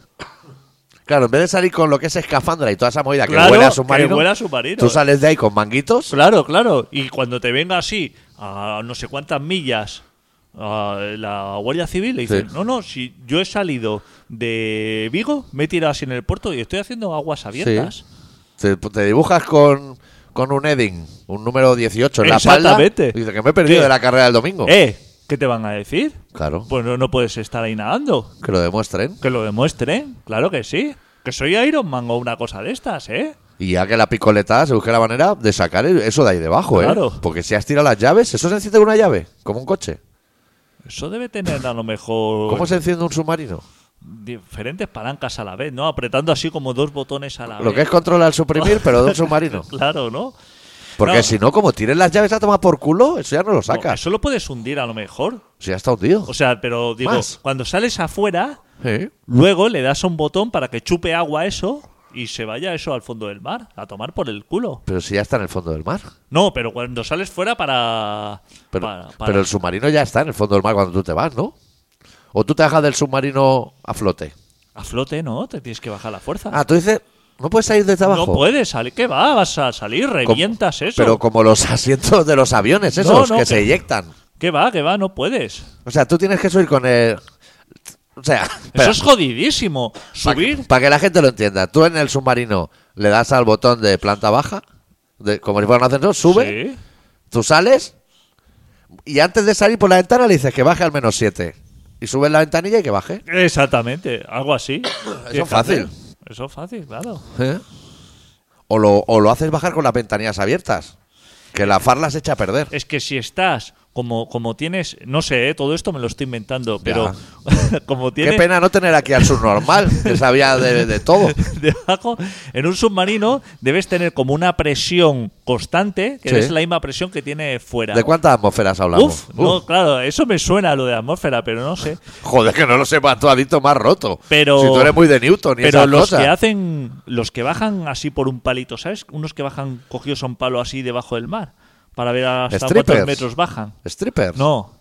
Claro, en vez de salir con lo que es escafandra y toda esa movida
Claro,
que huele a
que
submarino,
huele a submarino.
tú sales de ahí con manguitos.
Claro, claro. Y cuando te venga así, a no sé cuántas millas, a la Guardia Civil, le dicen,
Sí.
no, no, si yo he salido de Vigo, me he tirado así en el puerto y estoy haciendo aguas abiertas.
Te, te dibujas con, con un Edding, un número 18 en la espalda.
Exactamente.
y Dice que me he perdido
¿Qué?
de la carrera del domingo.
¿Eh? ¿Qué te van a decir?
Claro,
Pues no, no puedes estar ahí nadando.
que lo demuestren.
Que lo demuestren, claro que sí. Que soy Iron Man o una cosa de estas, ¿eh?
Y ya que la picoleta se busque la manera de sacar el- eso de ahí debajo, ¿eh?
Claro.
Porque si has tirado las llaves, eso se enciende con una llave, como un coche.
Eso debe tener a lo mejor
¿Cómo se enciende un submarino?
diferentes palancas a la vez, ¿no? Apretando así como dos botones a la
Lo
vez.
que es controlar, suprimir, pero de un submarino.
Claro, ¿no?
Porque
No.
si no, como tires las llaves a tomar por culo, eso ya no lo
No,
sacas.
eso lo puedes hundir a lo mejor.
Si ya está hundido.
O sea, pero digo,
Más.
cuando sales afuera,
Sí.
luego le das a un botón para que chupe agua eso y se vaya eso al fondo del mar, a tomar por el culo.
Pero si ya está en el fondo del mar.
No, pero cuando sales fuera para...
Pero,
para- para-
pero el submarino ya está en el fondo del mar cuando tú te vas, ¿no? O tú te bajas del submarino a flote.
A flote, ¿no? Te tienes que bajar la fuerza.
Ah, tú dices, no puedes salir desde abajo.
No puedes salir. ¿Qué va? Vas a salir,
Como-
revientas eso.
Pero como los asientos de los aviones, esos
no,
que
que-
se eyectan.
¿Qué va? ¿Qué va? No puedes.
O sea, tú tienes que subir con el. O sea,
Eso es jodidísimo. Subir.
Para que la gente lo entienda. Tú en el submarino le das al botón de planta baja, de, como si fuera un ascensor, sube,
Sí.
tú sales y antes de salir por la ventana le dices que baje al menos 7. Y subes la ventanilla y que baje.
Exactamente. Algo así. Fíjate.
fácil.
Eso es fácil, claro.
¿Eh? O, lo, o lo haces bajar con las ventanillas abiertas. Que la farla se echa a perder.
Es que si estás como, como tienes, no sé, ¿eh? todo esto me lo estoy inventando, pero como
Qué
tienes
pena no tener aquí al subnormal, que sabía de, de todo.
debajo, en un submarino debes tener como una presión constante, que
Sí.
es la misma presión que tiene fuera.
¿De cuántas atmósferas hablamos?
Uf, no, claro, eso me suena a lo de atmósfera, pero no sé.
Joder, que no lo sepas tú, adicto más roto.
Pero-
si tú eres muy de Newton y
Pero
esas
los
cosas.
que hacen, los que bajan así por un palito, ¿sabes? Unos que bajan cogidos a un palo así debajo del mar para ver hasta
Strippers.
cuántos metros bajan.
Strippers.
No,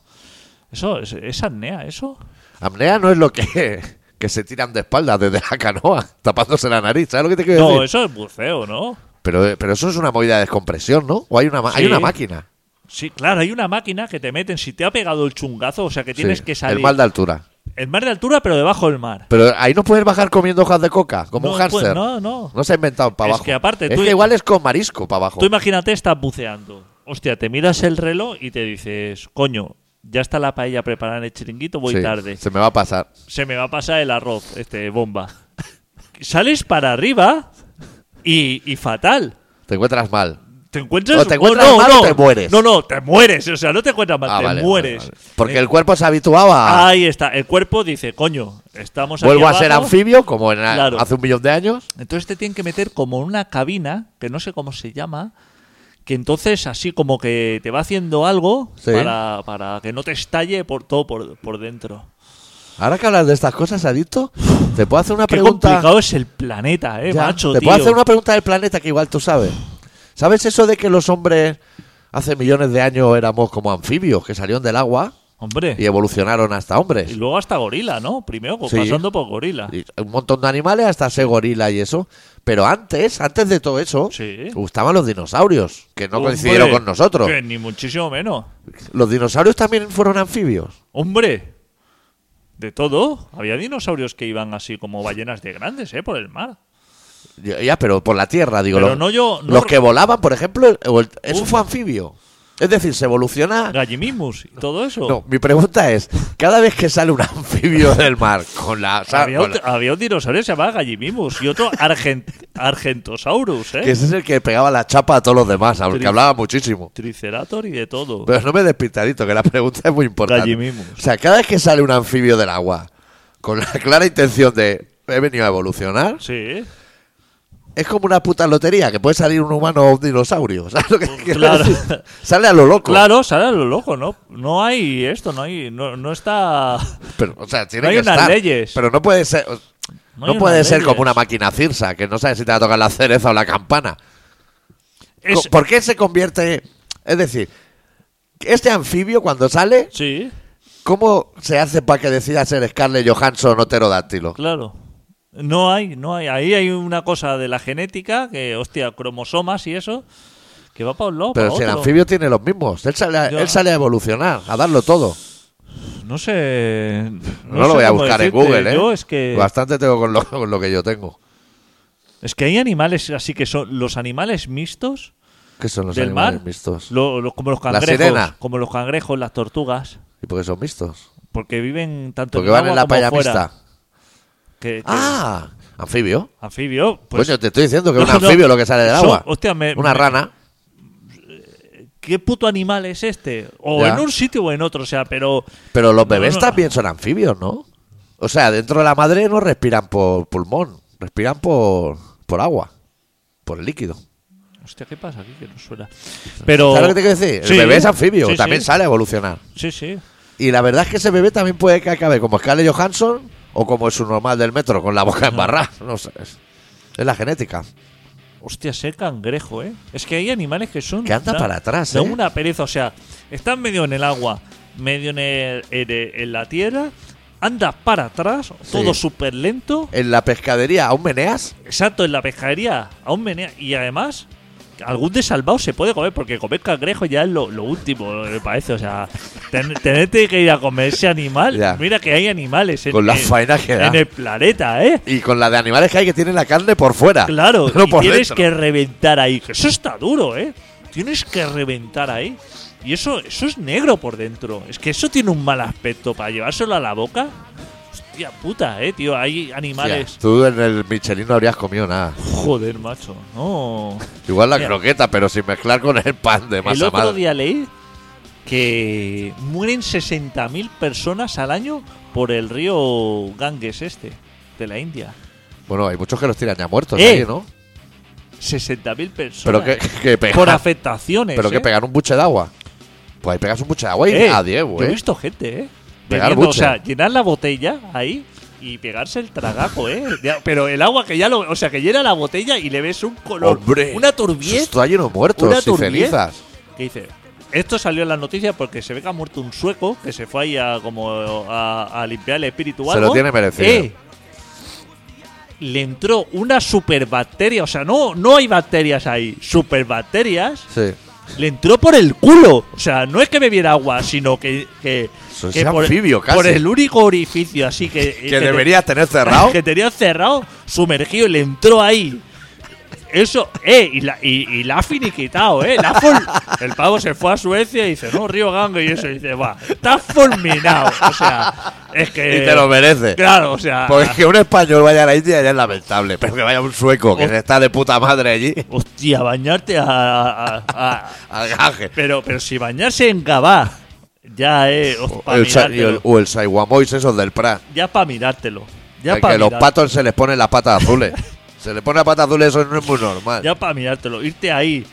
eso es, es apnea, eso.
Apnea no es lo que, que se tiran de espaldas desde la canoa, tapándose la nariz, ¿sabes lo que te quiero
No,
decir?
eso es buceo, ¿no?
Pero, pero eso es una movida de descompresión, ¿no? O hay una, ma- hay
Sí.
una máquina.
Sí, claro, hay una máquina que te meten. Si te ha pegado el chungazo, o sea que tienes
Sí,
que salir.
El mal de altura.
El mar de altura, pero debajo del mar.
Pero ahí no puedes bajar comiendo hojas de coca, como
No,
un hámster.
pues, no, no.
se ha inventado para
Es
abajo.
que aparte
Es
tú-
que igual es con marisco para abajo.
Tú imagínate, estás buceando. Hostia, te miras el reloj y te dices, coño, ya está la paella preparada en el chiringuito, voy
Sí,
tarde.
Se me va a pasar.
Se me va a pasar el arroz, este, bomba. Sales para arriba y, y fatal.
Te encuentras mal.
Te encuentras.
O te encuentras mal o te mueres.
No, no, te mueres. O sea, no te encuentras mal,
Ah,
te
vale,
mueres. Eh.
vale, vale. Porque el cuerpo se habituaba a...
Ahí está. El cuerpo dice, coño, estamos pues aquí
Vuelvo a ser
abajo".
anfibio, como en-
Claro.
hace un millón de años.
Entonces te tienen que meter como en una cabina, que no sé cómo se llama, que entonces así como que te va haciendo algo
Sí.
para, para que no te estalle por todo por, por dentro.
Ahora que hablas de estas cosas, Adicto, te puedo hacer una
Qué
pregunta.
complicado es el planeta, eh,
Ya,
macho,
Te
tío.
puedo hacer una pregunta del planeta que igual tú sabes. ¿Sabes eso de que los hombres hace millones de años éramos como anfibios que salieron del agua
Hombre.
y evolucionaron hasta
Y
hombres?
luego hasta gorila, ¿no? Primero pues,
Sí.
pasando por gorila.
Y un montón de animales hasta ese gorila y eso. Pero antes, antes de todo eso,
Sí.
gustaban los dinosaurios, que no
Hombre,
coincidieron con nosotros.
que ni muchísimo menos.
Los dinosaurios también fueron anfibios.
Hombre, de todo. Había dinosaurios que iban así como ballenas de grandes, ¿eh? Por el mar.
Ya, ya, pero por la tierra, digo.
Pero
los,
no yo- no
los
re-
que volaban, por ejemplo, el- o el- eso
Uf.
fue anfibio. Es decir, se evoluciona.
Gallimimus y todo eso.
Ah. No, mi pregunta es: cada vez que sale un anfibio del mar con la. sa-
Había,
con
un,
la-
había un dinosaurio que se llamaba Gallimimus y otro Argen- Argentosaurus, ¿eh?
que ese es el que pegaba la chapa a todos los demás, al que
Tri-
hablaba muchísimo.
Tricerator y de todo.
Pero no me des pintadito, que la pregunta es muy importante.
Gallimimus.
O sea, cada vez que sale un anfibio del agua con la clara intención de he venido a evolucionar,
Sí,
es como una puta lotería, que puede salir un humano o un dinosaurio. ¿Sabes lo que quiero
claro.
decir? Sale a lo loco.
claro, sale a lo loco, ¿no? No hay esto, no hay, no, no está...
Pero, o sea, tiene
No hay
que
unas
estar.
leyes.
Pero no puede ser. o-
No
No,
hay unas
puede ser
leyes.
como una máquina cirsa, que no sabes si te va a tocar la cereza o la campana.
Es-
Co- ¿Por qué se convierte.? Es decir, este anfibio cuando sale,
Sí,
¿cómo se hace para que decida ser Scarlett Johansson o Pterodáctilo?
claro. No hay, no hay. Ahí hay una cosa de la genética, que, hostia, cromosomas y eso, que va para un lado,
Pero
pa'
si el
otro.
anfibio tiene los mismos, él sale, a,
Yo-
él sale a evolucionar, a darlo todo.
No sé...
No, lo
sé
voy a
cómo
buscar en
decirte.
Google, ¿eh?
Yo es que...
Bastante tengo con lo, con lo que yo tengo.
Es que hay animales así que son... Los animales mixtos...
¿Qué son los
del
animales
mar,
mixtos?
lo- lo- como los
La
cangrejos,
sirena.
como los cangrejos, las tortugas,
¿Y por qué son mixtos?
porque viven tanto
Porque
en el
van en
agua
la
como
playa
fuera.
mixta.
Que, que-
¡Ah! ¿Anfibio?
anfibio, pues
Coño, te estoy diciendo que es
No,
un
no.
anfibio lo que sale del
Son-
agua.
hostia, me-
Una
me-
rana.
¿qué puto animal es este? O
Ya.
en un sitio o en otro, o sea, pero
Pero los
No,
bebés
no.
también son anfibios, ¿no? O sea, dentro de la madre no respiran por pulmón, respiran por, por agua, por el líquido.
hostia, ¿qué pasa aquí que no suena? Pero
¿Sabes lo que te quiero decir? El
Sí.
bebé es anfibio,
Sí,
también
sí.
sale a evolucionar.
Sí, sí.
Y la verdad es que ese bebé también puede que acabe como Scarlett Johansson o como es su normal del metro, con la boca embarrada. No sé. Es es la genética.
Hostia, ser cangrejo, ¿eh? Es que hay animales que son...
Que anda
da-
para atrás,
da
¿eh?
una pereza, o sea, están medio en el agua, medio en, el- en el- en la tierra, andas para atrás, todo súper lento.
En la pescadería, ¿aún meneas?
Exacto, en la pescadería aún menea. Y además, algún desalvado se puede comer, porque comer cangrejo ya es lo, lo último, me parece. O sea, ten- tenerte que ir a comer ese animal.
Ya.
Mira que hay animales en,
Con la
en-
faena que da.
en el planeta, ¿eh?
Y con la de animales que hay que tienen la carne por fuera.
Claro,
Ah, no
y
por
tienes
dentro.
que reventar ahí. que Eso está duro, ¿eh? Tienes que reventar ahí. Y eso, eso es negro por dentro. Es que eso tiene un mal aspecto para llevárselo a la boca. Hostia puta, eh, tío. Hay
Hostia,
animales.
Tú en el Michelin no habrías comido nada.
Joder, macho. No.
Igual la
Mira.
croqueta, pero sin mezclar con el pan de
El
masa
otro
madre.
día leí que mueren 60.000 personas al año por el río Ganges este, de la India.
Bueno, hay muchos que los tiran ya muertos
Eh,
ahí, ¿no?
60.000
Pero
personas
que, que pegan,
por afectaciones.
pero que
¿eh?
pegan un buche de agua. Pues ahí pegas un buche de agua y
Eh,
a 10,
Yo he
güey.
visto gente, ¿eh?
Pegar
Bebiendo, o
buche.
sea, llenar la botella ahí y pegarse el tragajo, ¿eh? Ya, Pero el agua que ya lo. O sea, que llena la botella y le ves un color.
Hombre,
una
Eso
turbiez.
Está lleno de muertos
Una
y
turbiez.
cenizas.
que dice esto salió en las noticias porque se ve que ha muerto un sueco que se fue ahí a como a, a limpiar el espíritu o
Se lo
algo.
tiene merecido.
Eh, le entró una superbacteria, o sea, no, no hay bacterias ahí, superbacterias.
Sí.
Le entró por el culo. O sea, no es que bebiera agua, sino que, que,
Eso es
que por,
anfibio, casi.
por el único orificio así que,
Que,
te-
deberías tener cerrado.
que tenía cerrado, sumergido y le entró ahí. Eso, eh, y la, y, y la ha finiquitado, eh. la ha fol- el pavo se fue a Suecia y dice, no, Río Gango, y eso, y dice, va, está fulminado. O sea, es que.
y te lo merece.
Claro, o sea.
Porque que un español vaya a la India ya es lamentable. Pero que vaya un sueco que
Oh.
está de puta madre allí.
Hostia, bañarte a. a- a-
Al gaje.
pero, pero si bañarse en Gabá, ya, eh, host-
O
pa'
el, sa- y el-
mirártelo.
o el saiguamois esos del Prat.
Ya para mirártelo. Ya
que
pa'
los
mirártelo.
patos se les ponen las patas azules. se les pone las patas azules, eso no es muy normal.
Ya para mirártelo, irte ahí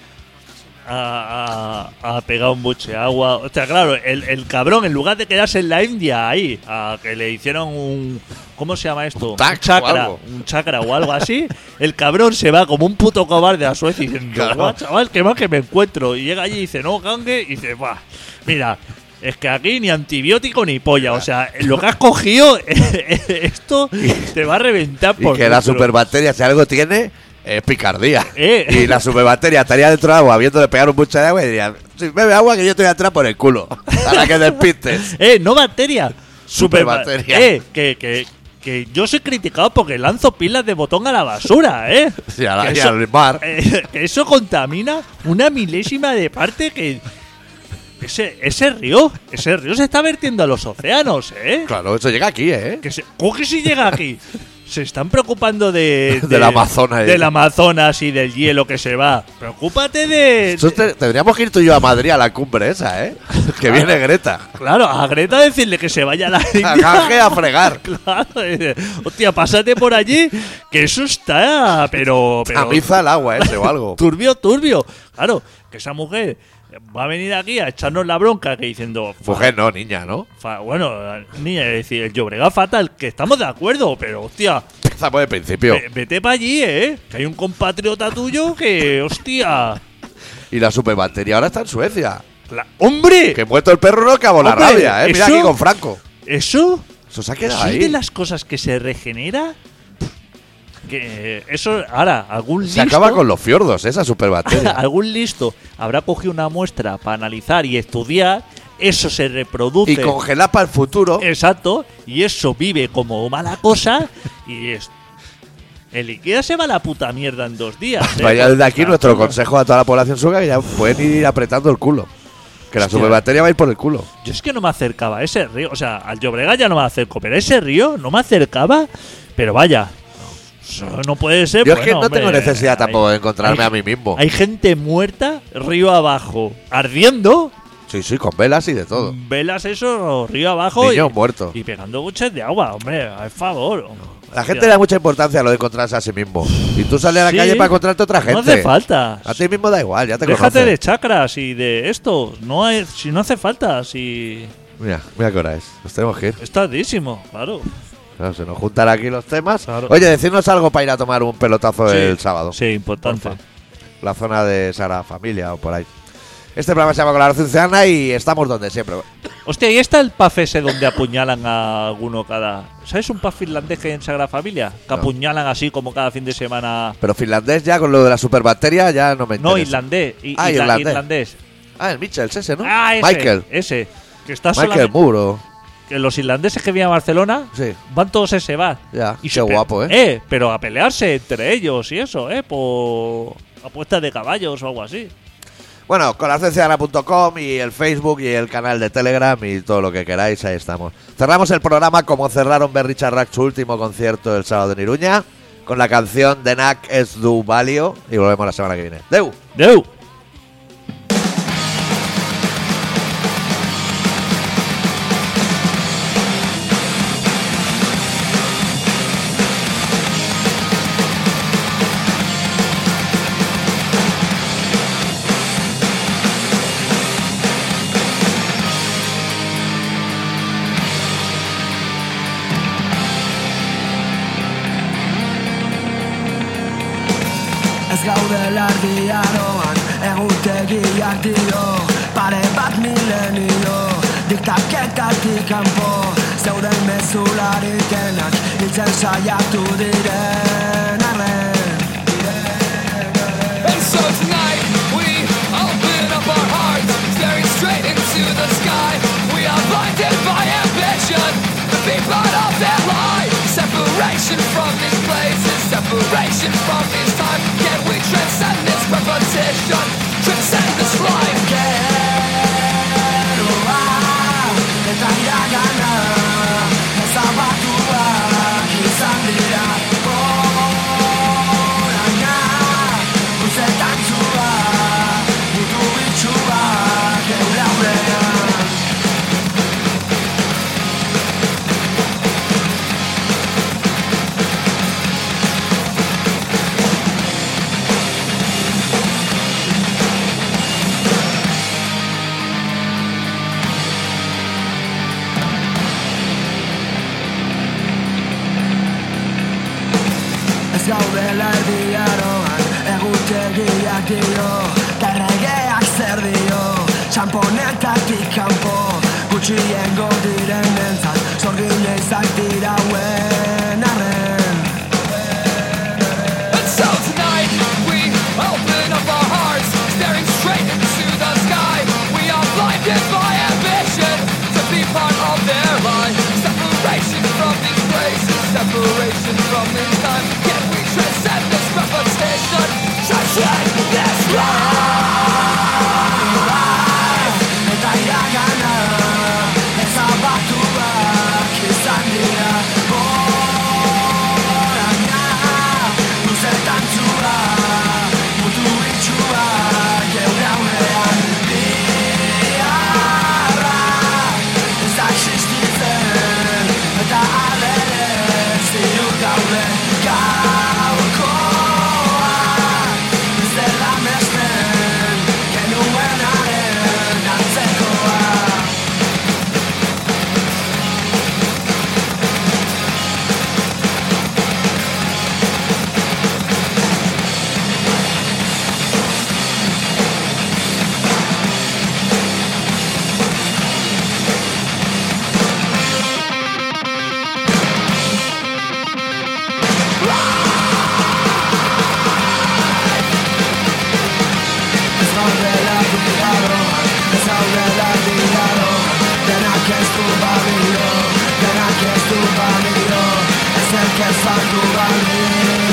a, a- a pegar un buche de agua. O sea, claro, el, el cabrón, en lugar de quedarse en la India ahí, a que le hicieron un. ¿Cómo se llama esto?
Un tax o
chakra.
algo.
Un chakra o algo así. El cabrón se va como un puto cobarde a Suecia diciendo,
Claro.
"Guau, chaval, que más que me encuentro. Y llega allí y dice, no, gangue. Y dice, va, mira. Es que aquí ni antibiótico ni polla. O sea, lo que has cogido, esto te va a reventar
Y
por
que la
dentro.
superbacteria, si algo tiene, es picardía.
Eh.
Y la superbacteria estaría dentro del agua, viéndole pegar un buche de agua y diría: Si bebe agua, que yo te voy a entrar por el culo. Para que despistes.
Eh, no bacteria.
Superbacteria.
Eh, que, que, que yo soy criticado porque lanzo pilas de botón a la basura, ¿eh?
Sí, a la-
Que
y al mar.
eh, que eso contamina una milésima de parte que, Ese, ese río, ese río se está vertiendo a los océanos, ¿eh?
Claro, eso llega aquí, ¿eh?
Que se, coge si llega aquí. Se están preocupando de,
Del Amazonas, eh.
del Amazonas y del hielo que se va. Preocúpate de,
Eso te- tendríamos que ir tú y yo a Madrid a la cumbre esa, ¿eh? que viene Greta.
Claro, a Greta decirle que se vaya a la
A
India.
Gange a fregar.
Claro, dice, hostia, pásate por allí, que eso está, pero,
A
pero
misa el agua ese o algo.
turbio, turbio. Claro, que esa mujer va a venir aquí a echarnos la bronca que diciendo, fa-
Mujer no, niña, ¿no?
fa- bueno, ni es decir, el Llobregat fatal, que estamos de acuerdo, pero hostia,
Empezamos de principio.
ve- vete para allí, ¿eh? Que hay un compatriota tuyo que, hostia,
Y la superbatería ahora está en Suecia.
la- hombre,
Que muerto el perro no acabó la
Hombre,
rabia, ¿eh? Mira
eso-
aquí con Franco.
eso
Eso se ha quedado
¿Soy
ahí.
de las cosas que se regenera? Que eh, eso, ahora, algún
Se
listo.
acaba con los fiordos, esa superbatería.
algún listo habrá cogido una muestra para analizar y estudiar. Eso se reproduce.
y congelar para el futuro.
Eh, Exacto. Y eso vive como mala cosa. Y es. El Ikea se va a la puta mierda en dos días. ¿eh?
Vaya desde aquí
Claro.
nuestro consejo a toda la población sueca que ya pueden ir apretando el culo. Que la
Hostia.
superbatería va a ir por el culo.
Yo es que no me acercaba a ese río. O sea, al Llobregat ya no me acerco, pero a ese río no me acercaba. Pero vaya. eso no puede ser.
Yo es
Eh, bueno,
que no tengo
hombre,
necesidad tampoco
hay-
de encontrarme
hay-
a mí mismo.
Hay gente muerta río abajo, ardiendo,
Sí, sí, con velas y de todo.
Mm, velas eso río abajo
Niños
y,
muertos.
y pegando buches de agua, hombre, al favor.
La gente le da mucha importancia a lo de encontrarse a sí mismo. Y tú sales a la
Sí.
calle para encontrarte a otra gente.
No hace falta.
A ti mismo da igual, ya te
Déjate de
conoces.
chakras y de esto. No hay- si no hace falta, si
Mira, mira qué hora es. Nos tenemos que ir.
es tardísimo, claro.
Claro, se nos juntan aquí los temas.
Claro.
Oye, decirnos algo para ir a tomar un pelotazo
Sí.
el sábado.
Sí, importante.
Porfa. La zona de Sara Familia o por ahí. Este programa se llama Colaboración Ciudadana y estamos donde siempre.
Hostia, y está el paf ese donde apuñalan a alguno cada. ¿Sabes un paf finlandés que hay en Sagrada Familia? Que
No.
apuñalan así como cada fin de semana.
Pero finlandés ya con lo de la superbacteria ya no me interesa.
No, irlandés. i-
Ah,
irla-
irlandés.
irlandés.
Ah, el Mitchell ese, ¿no?
Ah, ese.
Michael.
Ese. Que está
Michael
solamente-
Muro.
que los irlandeses que vienen a Barcelona
Sí.
van todos a ese bar.
Ya, qué
se pe-
guapo, ¿eh?
Pero a pelearse entre ellos y eso, ¿eh? Por apuestas de caballos o algo así.
Bueno, colaboracionciudadana.com y el Facebook y el canal de Telegram y todo lo que queráis, ahí estamos. Cerramos el programa como cerraron Berry Charrac su último concierto el sábado en Iruña con la canción de Nac es du Valio y volvemos la semana que viene. Deu.
¡Deu!
Ez gaudela argiaroan, egutegiak dio Pare bat milenio, diktaketatik kanpo Zeuden mezularik itzen saiatu diren arren
And so tonight we open up our hearts, staring straight into the sky. We are blinded by ambition, the big part of that lie. Separation from these places, separation from these times. Can we transcend this repetition? Transcend this life.
Geroa, eta iragana Ezabatuak izan dira Goraina, guzetan zua Butu bitxuak eulaurean Ez gaudela erdiaroan Egutegiak dio Terregeak zer dio Txamponetatik kanpo Gutxiengo diren entzat Zorgile izak dira hauen arren
And so tonight we open up our hearts, staring straight into the sky. We are blinded by ambition to be part of their life. Separation from these places, separation from this time. Can we transcend this repetition? Transcend this life.
Eta du balio Denak ez du balio Ezerk ez du balio